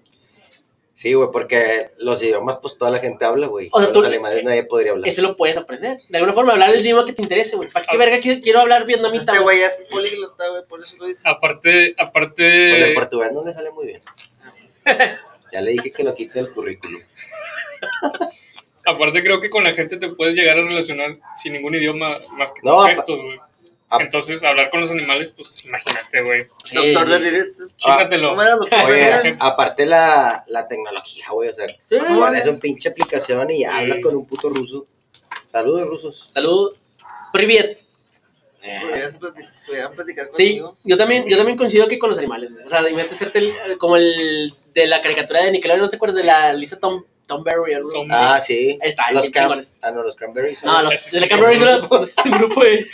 Speaker 3: Sí, güey, porque los idiomas, pues toda la gente habla, güey.
Speaker 2: O sea,
Speaker 3: Con
Speaker 2: tú-
Speaker 3: los animales nadie podría hablar.
Speaker 2: Ese lo puedes aprender. De alguna forma, hablar el idioma que te interese, güey. ¿Para qué
Speaker 4: Ah.
Speaker 2: verga qui- quiero hablar
Speaker 1: Pues
Speaker 2: vietnamita?
Speaker 1: este
Speaker 2: güey?
Speaker 1: güey ya es políglota, güey, por eso lo dice.
Speaker 2: Ah,
Speaker 4: Aparte,
Speaker 3: Pues
Speaker 4: aparte.
Speaker 3: el portugués no le sale muy bien. Ya le dije que lo quite del currículum.
Speaker 4: Aparte creo que con la gente te puedes llegar a relacionar sin ningún idioma más que
Speaker 3: No,
Speaker 4: con
Speaker 3: apa-
Speaker 4: gestos, güey.
Speaker 3: apa-
Speaker 4: Entonces, hablar con los animales, pues imagínate, güey.
Speaker 2: Sí,
Speaker 1: Doctor
Speaker 2: güey.
Speaker 1: del directo.
Speaker 4: Chingatelo.
Speaker 1: ¿Cómo era doctor del
Speaker 3: Oye,
Speaker 1: directo?
Speaker 3: aparte la, la tecnología, güey, o sea,
Speaker 2: Sí.
Speaker 3: pones un pinche aplicación y
Speaker 4: Sí.
Speaker 3: hablas con un puto ruso. Saludos, rusos.
Speaker 2: Salud. Privet.
Speaker 1: Pudieras plati- Pudieran platicar
Speaker 2: Sí,
Speaker 1: contigo.
Speaker 2: yo también, yo también coincido que con los animales. güey. O sea, imagínate hacerte el- eh, como el de la caricatura de Nickelodeon, ¿no te acuerdas? De la Lisa Tom, Tom Berry. algo?
Speaker 4: Tom-
Speaker 3: Ah, sí.
Speaker 2: Está,
Speaker 3: los
Speaker 2: bien
Speaker 3: cam-
Speaker 2: chingones.
Speaker 3: Ah, no, los cranberries.
Speaker 2: No,
Speaker 3: ¿sabes?
Speaker 2: los,
Speaker 4: Ese
Speaker 2: de la
Speaker 4: sí,
Speaker 2: Camera
Speaker 4: es
Speaker 2: es
Speaker 4: un
Speaker 2: una- es un grupo de...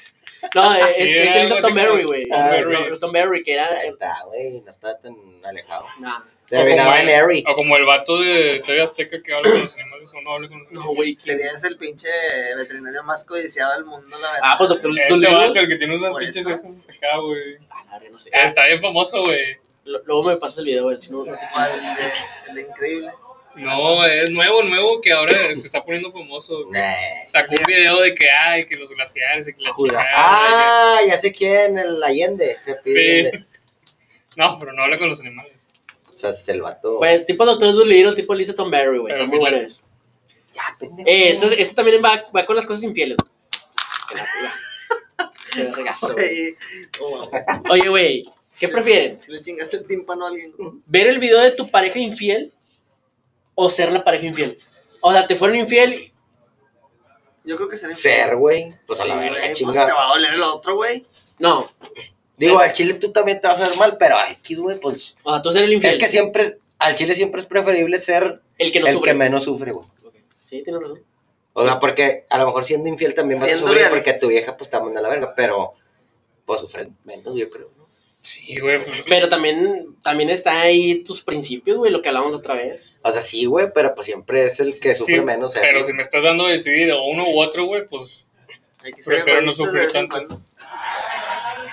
Speaker 2: No, es,
Speaker 4: Sí,
Speaker 2: es,
Speaker 4: era
Speaker 2: es el
Speaker 4: algo así
Speaker 2: Tom Berry,
Speaker 4: como-
Speaker 2: güey.
Speaker 4: Tom
Speaker 2: Ah,
Speaker 4: Berry.
Speaker 2: no, Los Tom Berry, que era...
Speaker 3: Ahí está, güey, no está tan alejado.
Speaker 2: Nah,
Speaker 3: Terminaba en Harry.
Speaker 4: O como el vato de TV Azteca que habla con los animales o no habla con los
Speaker 2: no,
Speaker 4: animales.
Speaker 2: güey. ¿quién?
Speaker 1: Serías el pinche veterinario más codiciado del mundo, la verdad.
Speaker 2: Ah, pues Doctor
Speaker 4: Este
Speaker 2: Dolittle.
Speaker 4: vato, el que tiene unas
Speaker 1: Por
Speaker 4: pinches
Speaker 1: eso.
Speaker 4: cejas hasta acá, güey.
Speaker 2: Ah, la verga, no sé.
Speaker 4: Ah, Está bien famoso, güey.
Speaker 2: Lo- Luego me pasas el video, güey. si no, no sé quién
Speaker 1: Como
Speaker 4: Ah.
Speaker 2: es.
Speaker 1: el de, el de increíble.
Speaker 4: No, es nuevo, nuevo, que ahora se está poniendo famoso. güey.
Speaker 3: Nah.
Speaker 4: Sacó un video de que, ay, que los glaciares y que la
Speaker 3: Jura.
Speaker 4: chingada.
Speaker 3: Ah, ya sé quién, el Allende. Se pide.
Speaker 4: Sí. No, pero no habla con los animales.
Speaker 3: O sea, es el vato.
Speaker 2: Pues tipo Doctor Dolittle, tipo Lisa Tom Berry, güey. Está
Speaker 4: Pero
Speaker 2: muy
Speaker 4: sí,
Speaker 2: bueno
Speaker 4: la-
Speaker 2: eso.
Speaker 3: Ya, pendejo.
Speaker 2: Eh, esto, esto también va, va con las cosas infieles. güey. Que la- la- Se me regazo, güey.
Speaker 1: Oye, oh,
Speaker 2: Oye, güey, ¿qué prefieren?
Speaker 1: si le chingaste el tímpano a alguien.
Speaker 2: ¿Ver el video de tu pareja infiel o ser la pareja infiel? O sea, te fueron infiel.
Speaker 1: Yo creo que sería.
Speaker 3: Ser, güey. Pues a la
Speaker 1: Güey,
Speaker 3: verga,
Speaker 1: pues te
Speaker 3: chinga.
Speaker 1: va a doler el otro, güey.
Speaker 2: No,
Speaker 3: Digo, al chile tú también te vas a ver mal, pero X, güey, pues.
Speaker 2: o sea, tú ser el infiel.
Speaker 3: Es que siempre. es- Al chile siempre es preferible ser
Speaker 2: el que no
Speaker 3: el
Speaker 2: sufre.
Speaker 3: que menos sufre, güey.
Speaker 2: Ok, Sí, tienes razón.
Speaker 3: O sea, porque a lo mejor siendo infiel también vas a
Speaker 1: Siendo
Speaker 3: sufrir
Speaker 1: realista.
Speaker 3: porque tu vieja pues te manda a la verga, pero pues sufres menos, yo creo. ¿no?
Speaker 4: Sí, güey. pues,
Speaker 2: Pero también, también está ahí tus principios, güey, lo que hablamos otra vez.
Speaker 3: O sea, sí, güey, pero pues siempre es el que
Speaker 4: sí,
Speaker 3: sufre menos. ¿eh?
Speaker 4: Pero si me estás dando a decidir o uno u otro, güey, pues
Speaker 1: Hay que
Speaker 4: Prefiero no
Speaker 1: egoístas
Speaker 4: sufrir
Speaker 1: de vez en
Speaker 4: tanto.
Speaker 1: cuando.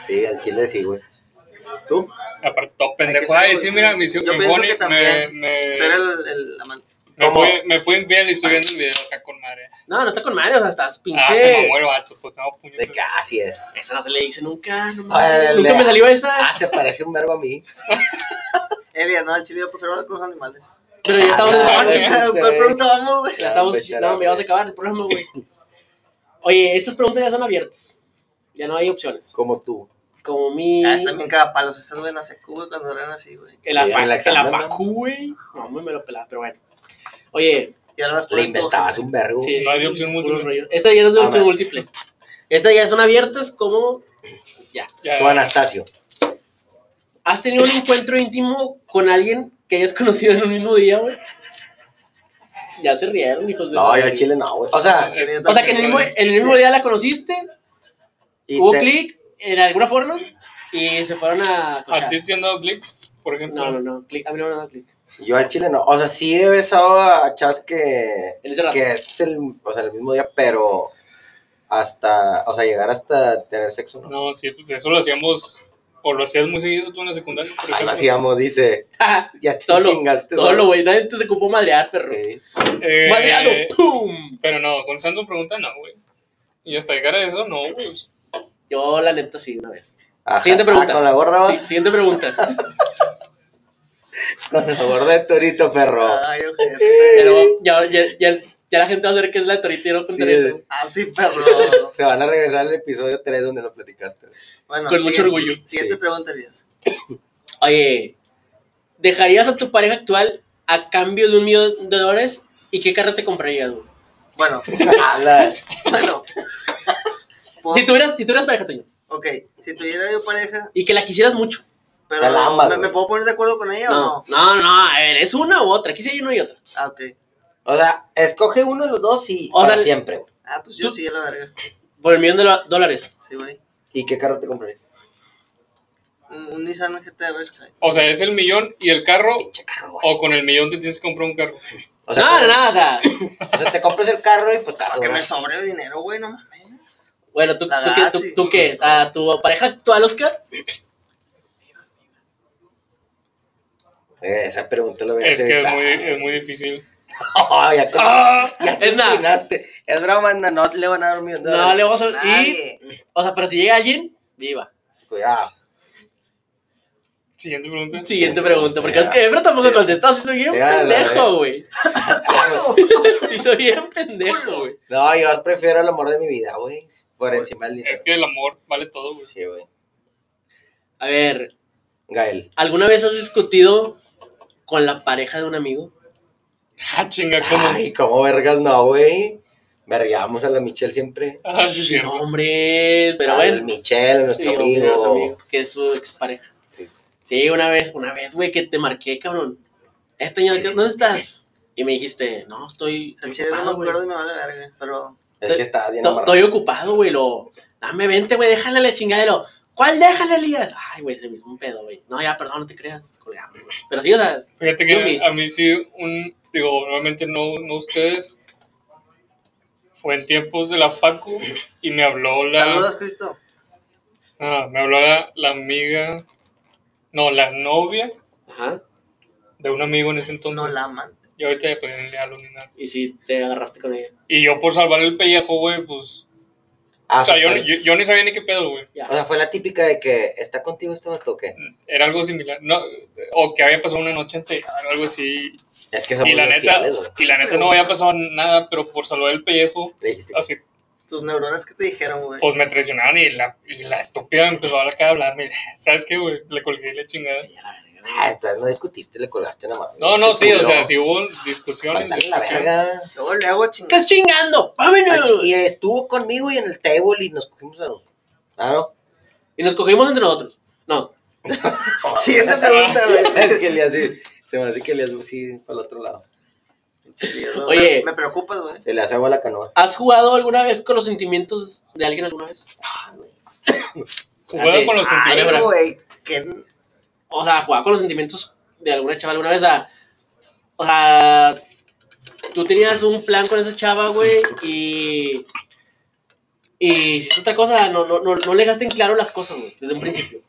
Speaker 3: Sí, al chile sí, güey. ¿Tú?
Speaker 4: aparte todo
Speaker 1: que
Speaker 4: pendejo.
Speaker 1: ser
Speaker 4: Ay, sí, mira, mi
Speaker 1: egoístas.
Speaker 4: mi
Speaker 1: Yo pienso
Speaker 4: Bonnie
Speaker 1: que
Speaker 4: me,
Speaker 1: también
Speaker 4: me,
Speaker 1: Ser el, el amante.
Speaker 4: me,
Speaker 3: ¿Cómo?
Speaker 4: fue, me fue infiel y estoy viendo el video acá con madre.
Speaker 2: No, no está con madre, o sea, estás pinche.
Speaker 4: Ah, se mamó el vato, pues no,
Speaker 3: De que
Speaker 4: puñetas.
Speaker 3: así es.
Speaker 2: Esa no se le dice nunca, no
Speaker 3: Ah,
Speaker 2: mames.
Speaker 3: el de-
Speaker 2: Nunca me salió esa.
Speaker 3: Ah, se parece un verbo a mí.
Speaker 1: Elia, no, al chile yo prefiero hablar con los animales.
Speaker 2: Pero ya estamos.
Speaker 3: Ah,
Speaker 1: Ah,
Speaker 3: no,
Speaker 1: chica,
Speaker 3: no,
Speaker 1: ¿Cuál
Speaker 3: no,
Speaker 1: pregunta vamos, güey?
Speaker 2: Ya estamos,
Speaker 3: Charape,
Speaker 2: no, me vas a acabar el programa, güey. Oye, estas preguntas ya son abiertas. Ya no hay opciones.
Speaker 3: Como tú.
Speaker 2: Como mi.
Speaker 1: Ah, también cada palos. Estas güey se güey, cuando eran así, güey.
Speaker 2: El afa-
Speaker 3: El
Speaker 2: el
Speaker 3: examen, ¿no?
Speaker 2: afacu, güey. No, hombre, me lo pelaba, pero bueno. Oye,
Speaker 1: Y ahora las
Speaker 3: Le
Speaker 1: puras
Speaker 3: inventabas
Speaker 1: cogen.
Speaker 3: un verbo.
Speaker 2: sí,
Speaker 4: no hay de opción
Speaker 2: puro
Speaker 4: múltiple.
Speaker 2: rollo. Esta ya no es de
Speaker 3: A
Speaker 2: opción
Speaker 3: ver.
Speaker 2: múltiple. Estas ya son abiertas como.
Speaker 4: Ya,
Speaker 3: Tú, Anastasio.
Speaker 2: ¿Has tenido un encuentro íntimo con alguien que hayas conocido en un mismo día, güey? Ya se rieron, hijos de.
Speaker 3: No, yo al chile no, güey. O sea,
Speaker 1: Sí,
Speaker 4: es-
Speaker 2: O sea, que en el, mismo, en el mismo día la conociste,
Speaker 3: y
Speaker 2: hubo
Speaker 3: te-
Speaker 2: clic, en alguna forma, y se fueron a.
Speaker 4: ¿A
Speaker 2: cochar.
Speaker 4: ti te han dado click? Por ejemplo.
Speaker 2: No, no, no, clic, a mí no me han dado clic.
Speaker 3: yo al chile no. O sea, sí he besado a Chas que,
Speaker 2: En ese rato.
Speaker 3: que es el, o sea, el mismo día, pero hasta, o sea, llegar hasta tener sexo, ¿no?
Speaker 4: No, sí, pues eso lo hacíamos, o lo hacías muy seguido tú en la secundaria.
Speaker 2: Ah,
Speaker 4: por
Speaker 3: Ahí
Speaker 4: ejemplo.
Speaker 3: lo hacíamos, dice. Ya te
Speaker 2: Solo,
Speaker 3: chingaste.
Speaker 2: Solo, güey, nadie te se ocupó madrear, perro.
Speaker 3: Sí.
Speaker 4: Eh,
Speaker 2: Madreado, ¡pum!
Speaker 4: Pero no, contestando pregunta, no, güey. Y hasta llegar a eso, no, güey.
Speaker 2: Yo, la neta, sí, una vez.
Speaker 3: Ajá.
Speaker 2: Siguiente pregunta.
Speaker 3: Ah, con la gorda, va.
Speaker 2: Sí, siguiente pregunta.
Speaker 3: Con la gorda de torito, perro.
Speaker 1: Ay, ojete.
Speaker 2: Pero ya, ya, ya, ya la gente va a saber que es la torita y no contaré
Speaker 3: Sí.
Speaker 2: eso.
Speaker 1: Ah, sí, perro.
Speaker 3: Se van a regresar al episodio 3 donde lo platicaste.
Speaker 1: Bueno,
Speaker 2: Con mucho
Speaker 1: siguiente-
Speaker 2: orgullo.
Speaker 1: Siguiente
Speaker 3: Sí.
Speaker 1: pregunta, Elías.
Speaker 2: Oye, ¿dejarías a tu pareja actual a cambio de un millón de dólares? ¿Y qué carro te comprarías, güey?
Speaker 1: Bueno,
Speaker 3: Ala.
Speaker 1: bueno.
Speaker 2: Si tuvieras, si tuvieras pareja tuya
Speaker 1: Ok, si tuviera yo pareja,
Speaker 2: y que la quisieras mucho,
Speaker 1: Pero
Speaker 3: Te la ambas,
Speaker 1: ¿me,
Speaker 3: güey.
Speaker 1: me puedo poner de acuerdo con ella o
Speaker 2: No,
Speaker 1: no?
Speaker 2: no, no, a ver, es una u otra. Aquí sí hay una y otra.
Speaker 1: Ah, ok.
Speaker 3: O sea, escoge uno de los dos y
Speaker 2: O
Speaker 3: para
Speaker 2: sea,
Speaker 3: siempre. güey.
Speaker 1: Ah, pues yo
Speaker 2: Tú-
Speaker 1: sí, a la verga.
Speaker 2: Por el millón de lo- dólares.
Speaker 1: Sí, güey.
Speaker 3: ¿Y qué carro te comprarías?
Speaker 1: Un, un Nissan GTR Sky.
Speaker 4: O sea, es el millón y el carro,
Speaker 3: Pinche carro, güey.
Speaker 4: o con el millón te tienes que comprar un carro.
Speaker 3: O sea,
Speaker 2: no,
Speaker 3: te-
Speaker 2: no, no, o sea.
Speaker 3: o sea, te compras el carro y pues te
Speaker 4: Ah,
Speaker 1: Para que me
Speaker 3: aseguras.
Speaker 1: sobre el dinero, güey, no mames.
Speaker 2: Bueno, ¿tú, tú,
Speaker 1: La
Speaker 2: qué,
Speaker 1: verdad,
Speaker 2: tú,
Speaker 1: sí.
Speaker 2: tú qué? ¿A tu pareja actual, Oscar?
Speaker 3: Eh, Esa pregunta lo
Speaker 2: Pues
Speaker 3: hubieras
Speaker 4: Es que es
Speaker 3: evitado.
Speaker 4: muy, Ah. es muy difícil.
Speaker 3: Oh, ya, con- ya te
Speaker 2: Es nada.
Speaker 3: inclinaste. Es broma, anda, no le van a dar un millón de
Speaker 2: No,
Speaker 3: dólares.
Speaker 2: le vamos a... Y,
Speaker 1: Nadie.
Speaker 2: o sea, pero si llega alguien, viva.
Speaker 3: Cuidado.
Speaker 4: Siguiente pregunta.
Speaker 2: Siguiente pregunta, porque
Speaker 3: Ya.
Speaker 2: es que Efra tampoco
Speaker 3: Sí.
Speaker 2: contestó, si soy bien
Speaker 3: Ya, la
Speaker 2: pendejo,
Speaker 3: verdad.
Speaker 2: güey. Si soy bien pendejo, güey.
Speaker 3: No, yo prefiero el amor de mi vida, güey. Por
Speaker 1: Güey,
Speaker 3: encima del dinero.
Speaker 4: Es que el amor vale todo, güey.
Speaker 3: Sí, güey.
Speaker 2: A ver,
Speaker 3: Gael.
Speaker 2: ¿alguna vez has discutido con la pareja de un amigo?
Speaker 4: Ah, chinga, ¿cómo?
Speaker 3: Ay, cómo vergas no, güey. Vergamos a la Michelle siempre.
Speaker 4: Ah, sí, es
Speaker 2: No,
Speaker 4: cierto.
Speaker 2: hombre, pero
Speaker 3: Al
Speaker 2: bueno.
Speaker 3: Michelle, nuestro
Speaker 2: Sí, hombre,
Speaker 3: amigo.
Speaker 2: es amigo, que es su expareja.
Speaker 3: Sí.
Speaker 2: Sí, una vez, una vez, güey, que te marqué, cabrón. Este señor, ¿dónde estás? Y me dijiste, no, estoy.
Speaker 1: O sea,
Speaker 2: estoy
Speaker 1: al chile no
Speaker 2: ocupado,
Speaker 1: me
Speaker 2: güey.
Speaker 1: acuerdo y me vale verga. Pero
Speaker 3: Es que estabas bien
Speaker 2: To-
Speaker 3: amarrado.
Speaker 2: Estoy ocupado, güey, lo... Dame, vente, güey, déjale la chingadero. ¿Cuál déjale, Elías? Ay, güey, se me hizo un pedo, güey. No, ya, perdón, no te creas. colgamos, güey. Pero sí, o sea,
Speaker 4: Fíjate
Speaker 2: Yo
Speaker 4: que
Speaker 2: sí.
Speaker 4: a mí sí, un, digo, normalmente no, no ustedes. Fue en tiempos de la facu y me habló la...
Speaker 1: saludos, Cristo.
Speaker 4: Ah, me habló la, la amiga, no, la novia
Speaker 2: ajá.
Speaker 4: de un amigo en ese entonces.
Speaker 1: No la amante.
Speaker 4: Y ahorita ya pues, ni le hablo ni nada.
Speaker 2: Y sí, te agarraste con ella.
Speaker 4: Y yo por salvar el pellejo, güey, pues...
Speaker 3: Ah,
Speaker 4: o sea, yo,
Speaker 3: fue-
Speaker 4: yo, yo ni sabía ni qué pedo, güey.
Speaker 2: Ya.
Speaker 3: o sea, fue la típica de que está contigo este vato o qué?
Speaker 4: Era algo similar. No, o que había pasado una noche anterior, algo así.
Speaker 3: Es que somos
Speaker 4: Y la
Speaker 3: bien
Speaker 4: neta,
Speaker 3: fieles, güey.
Speaker 4: y la neta no había pasado nada, pero por salvar el pellejo,
Speaker 3: Le dijiste,
Speaker 4: así,
Speaker 1: Tus neuronas que te dijeron, güey.
Speaker 4: pues me traicionaron y la, y la estúpida empezó a hablar acá de hablarme. ¿Sabes qué, güey? Le colgué la chingada.
Speaker 2: Sí, a la verga, güey.
Speaker 3: ah, entonces no discutiste, le colgaste nada más.
Speaker 4: No, no, sí, o
Speaker 3: culo.
Speaker 4: sea, sí hubo discusiones.
Speaker 3: Mándale la
Speaker 4: discusiones.
Speaker 3: verga.
Speaker 1: Luego le hago
Speaker 2: ¿Qué
Speaker 1: chingar.
Speaker 2: estás chingando? ¡Vámonos!
Speaker 3: Y estuvo conmigo y en el table y nos cogimos a... Ah, no.
Speaker 2: Y nos cogimos entre nosotros. No,
Speaker 1: Siguiente pregunta, güey.
Speaker 3: es que le hace, se me hace que le hace así para el otro lado.
Speaker 2: Oye.
Speaker 1: Me, me preocupas, güey.
Speaker 3: Se le hace agua a la canoa.
Speaker 2: ¿has jugado alguna vez con los sentimientos de alguien alguna vez?
Speaker 4: Jugaba
Speaker 2: Así.
Speaker 4: con los
Speaker 1: Ay,
Speaker 4: sentimientos.
Speaker 1: güey. Que
Speaker 2: O sea, jugar con los sentimientos de alguna chava alguna vez. a- o sea, tú tenías un plan con esa chava, güey, y. Y hiciste otra cosa, no, no, no, no le gasten claro las cosas, güey, desde un principio.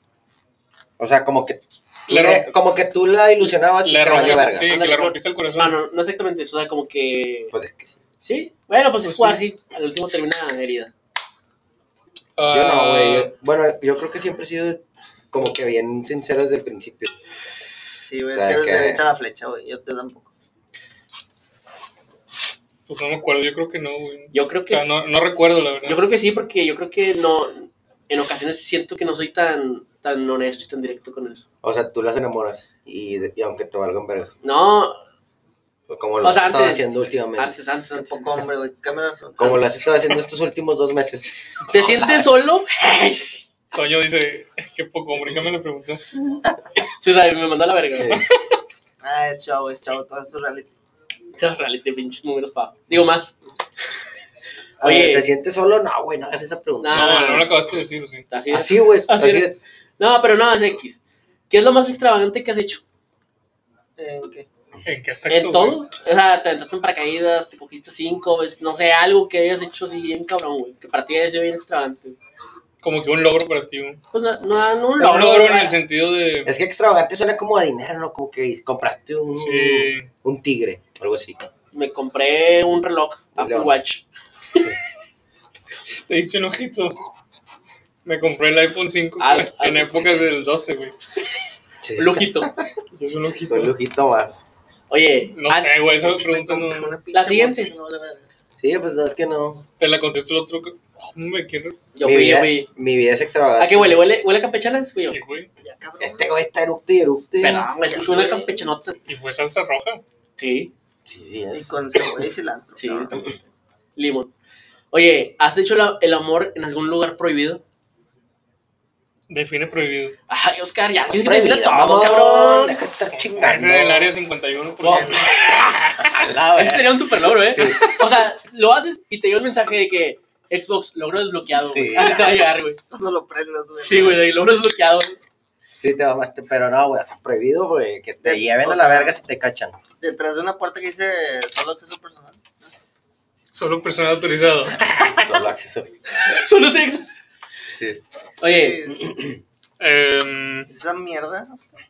Speaker 3: O sea, como que,
Speaker 4: Le
Speaker 3: le-
Speaker 4: rom-
Speaker 3: como que tú la ilusionabas y
Speaker 4: Le
Speaker 3: te valió
Speaker 4: rompiste,
Speaker 3: verga.
Speaker 4: sí, que
Speaker 2: Ándale,
Speaker 4: le
Speaker 2: no.
Speaker 4: rompiste el corazón.
Speaker 2: No, no, no exactamente eso, o sea, como que.
Speaker 3: Pues es que sí.
Speaker 2: Sí, bueno, pues es
Speaker 4: Pues
Speaker 2: jugar, sí. Al último termina herida.
Speaker 4: Ah,
Speaker 3: Yo no, güey. Yo- Bueno, yo creo que siempre he sido como que bien sincero desde el principio.
Speaker 1: Sí, güey. Es
Speaker 3: O sea,
Speaker 1: que eres
Speaker 3: que-
Speaker 1: derecha a la flecha, güey. Yo te tampoco.
Speaker 4: Pues no me acuerdo, yo creo que no, güey.
Speaker 2: Yo creo
Speaker 4: O
Speaker 2: que
Speaker 4: sea,
Speaker 2: sí.
Speaker 4: no, no recuerdo, la verdad.
Speaker 2: Yo creo que sí, porque yo creo que no. En ocasiones siento que no soy tan, tan honesto y tan directo con eso.
Speaker 3: O sea, tú las enamoras y, y aunque te valgan verga. pues
Speaker 2: No,
Speaker 3: Como lo
Speaker 2: O
Speaker 3: has
Speaker 2: sea,
Speaker 3: estado
Speaker 2: antes.
Speaker 3: haciendo últimamente.
Speaker 2: antes, antes,
Speaker 1: Qué
Speaker 2: antes.
Speaker 1: poco hombre, güey. Cámara la pregunta.
Speaker 3: Como lo has estado haciendo estos últimos dos meses.
Speaker 2: ¿Te sientes solo?
Speaker 4: Toño dice, qué poco hombre, ¿qué me lo preguntó?
Speaker 2: Sí, o sea, me mandó a la verga. güey.
Speaker 3: Eh,
Speaker 1: Ah, es chavo, es chavo. Todo es su reality.
Speaker 2: Esa reality, pinches números pa. Digo más.
Speaker 3: Oye,
Speaker 2: Oye.
Speaker 3: ¿te sientes solo? No, güey, no hagas esa pregunta.
Speaker 2: Nah.
Speaker 4: No,
Speaker 2: Ah.
Speaker 4: no lo acabaste de decir, o sí.
Speaker 2: Así es.
Speaker 3: Así, güey, así,
Speaker 2: Así
Speaker 3: es.
Speaker 2: No, pero no, es X. ¿Qué es lo más extravagante que has hecho?
Speaker 1: ¿En qué?
Speaker 4: ¿En qué aspecto?
Speaker 2: En
Speaker 4: güey?
Speaker 2: todo. O sea, te aventaste en paracaídas, te cogiste cinco, es- no sé, algo que hayas hecho así bien cabrón, güey. Que para ti haya sido bien extravagante. güey.
Speaker 4: Como que un logro para ti. güey.
Speaker 2: Pues no, no, no un
Speaker 4: Un
Speaker 2: logro.
Speaker 4: logro, en
Speaker 2: güey.
Speaker 4: el sentido de...
Speaker 3: Es que extravagante suena como a dinero, ¿no? Como que compraste un,
Speaker 4: Sí.
Speaker 3: un tigre, algo así.
Speaker 2: Me compré un reloj, Apple
Speaker 3: León.
Speaker 2: Watch.
Speaker 4: Te diste un ojito. Me compré el iPhone 5
Speaker 2: Ah,
Speaker 4: güey,
Speaker 2: ah,
Speaker 4: en
Speaker 2: pues,
Speaker 4: épocas del 12, güey.
Speaker 3: Sí.
Speaker 2: Lujito.
Speaker 4: Yo soy un ojito.
Speaker 3: Con lujito más.
Speaker 2: Oye,
Speaker 4: No
Speaker 2: ah,
Speaker 4: sé, güey, esa
Speaker 1: Me
Speaker 4: pregunta
Speaker 1: compré
Speaker 4: no...
Speaker 1: una pinche
Speaker 2: siguiente.
Speaker 1: moto que no vale verga.
Speaker 3: Sí, pues es que no.
Speaker 4: Te la contestó el otro... que- Hombre, qué... re-
Speaker 2: yo
Speaker 3: mi, Ah,
Speaker 2: fui,
Speaker 3: vida,
Speaker 2: yo fui.
Speaker 3: mi vida es extravagante.
Speaker 2: ¿A qué huele? ¿Huele, huele a campechanas? Fui yo.
Speaker 4: Sí, güey.
Speaker 1: Ya, cabrón.
Speaker 3: Este güey está eructo y eructo.
Speaker 2: Pero me escogí una
Speaker 1: güey.
Speaker 2: campechanota.
Speaker 4: Y fue salsa roja.
Speaker 2: Sí.
Speaker 3: Sí, sí,
Speaker 1: Y
Speaker 3: es.
Speaker 1: con cebolla y cilantro.
Speaker 2: Sí.
Speaker 1: cabrón.
Speaker 2: Limón. Oye, ¿has hecho la- el amor en algún lugar prohibido?
Speaker 4: Define prohibido.
Speaker 2: Ay, Oscar, ya tienes que
Speaker 3: Prohibido,
Speaker 2: defender todo,
Speaker 3: cabrón.
Speaker 2: cabrón.
Speaker 3: Deja de estar
Speaker 4: Ese
Speaker 3: chingando.
Speaker 4: del área 51. por
Speaker 2: Wow.
Speaker 4: ejemplo.
Speaker 3: A la
Speaker 2: Ese
Speaker 3: verga.
Speaker 2: sería un super logro, ¿eh?
Speaker 3: Sí.
Speaker 2: O sea, lo haces y te llega un mensaje de que Xbox logro desbloqueado, güey.
Speaker 3: Sí.
Speaker 2: Así te va a llegar, güey.
Speaker 1: Cuando lo prendas, güey.
Speaker 2: Sí, güey, de logro desbloqueado.
Speaker 3: Sí, te mamaste, pero no, güey, está prohibido, güey, que te
Speaker 1: De-
Speaker 3: lleven
Speaker 1: o
Speaker 3: a la
Speaker 1: sea-
Speaker 3: verga si te cachan.
Speaker 1: Detrás de una puerta que dice solo acceso personal.
Speaker 4: Solo personal autorizado.
Speaker 3: Solo acceso.
Speaker 2: Solo te...
Speaker 3: Sí.
Speaker 2: Oye,
Speaker 1: Sí,
Speaker 4: Em,
Speaker 1: Esa mierda. Oscar.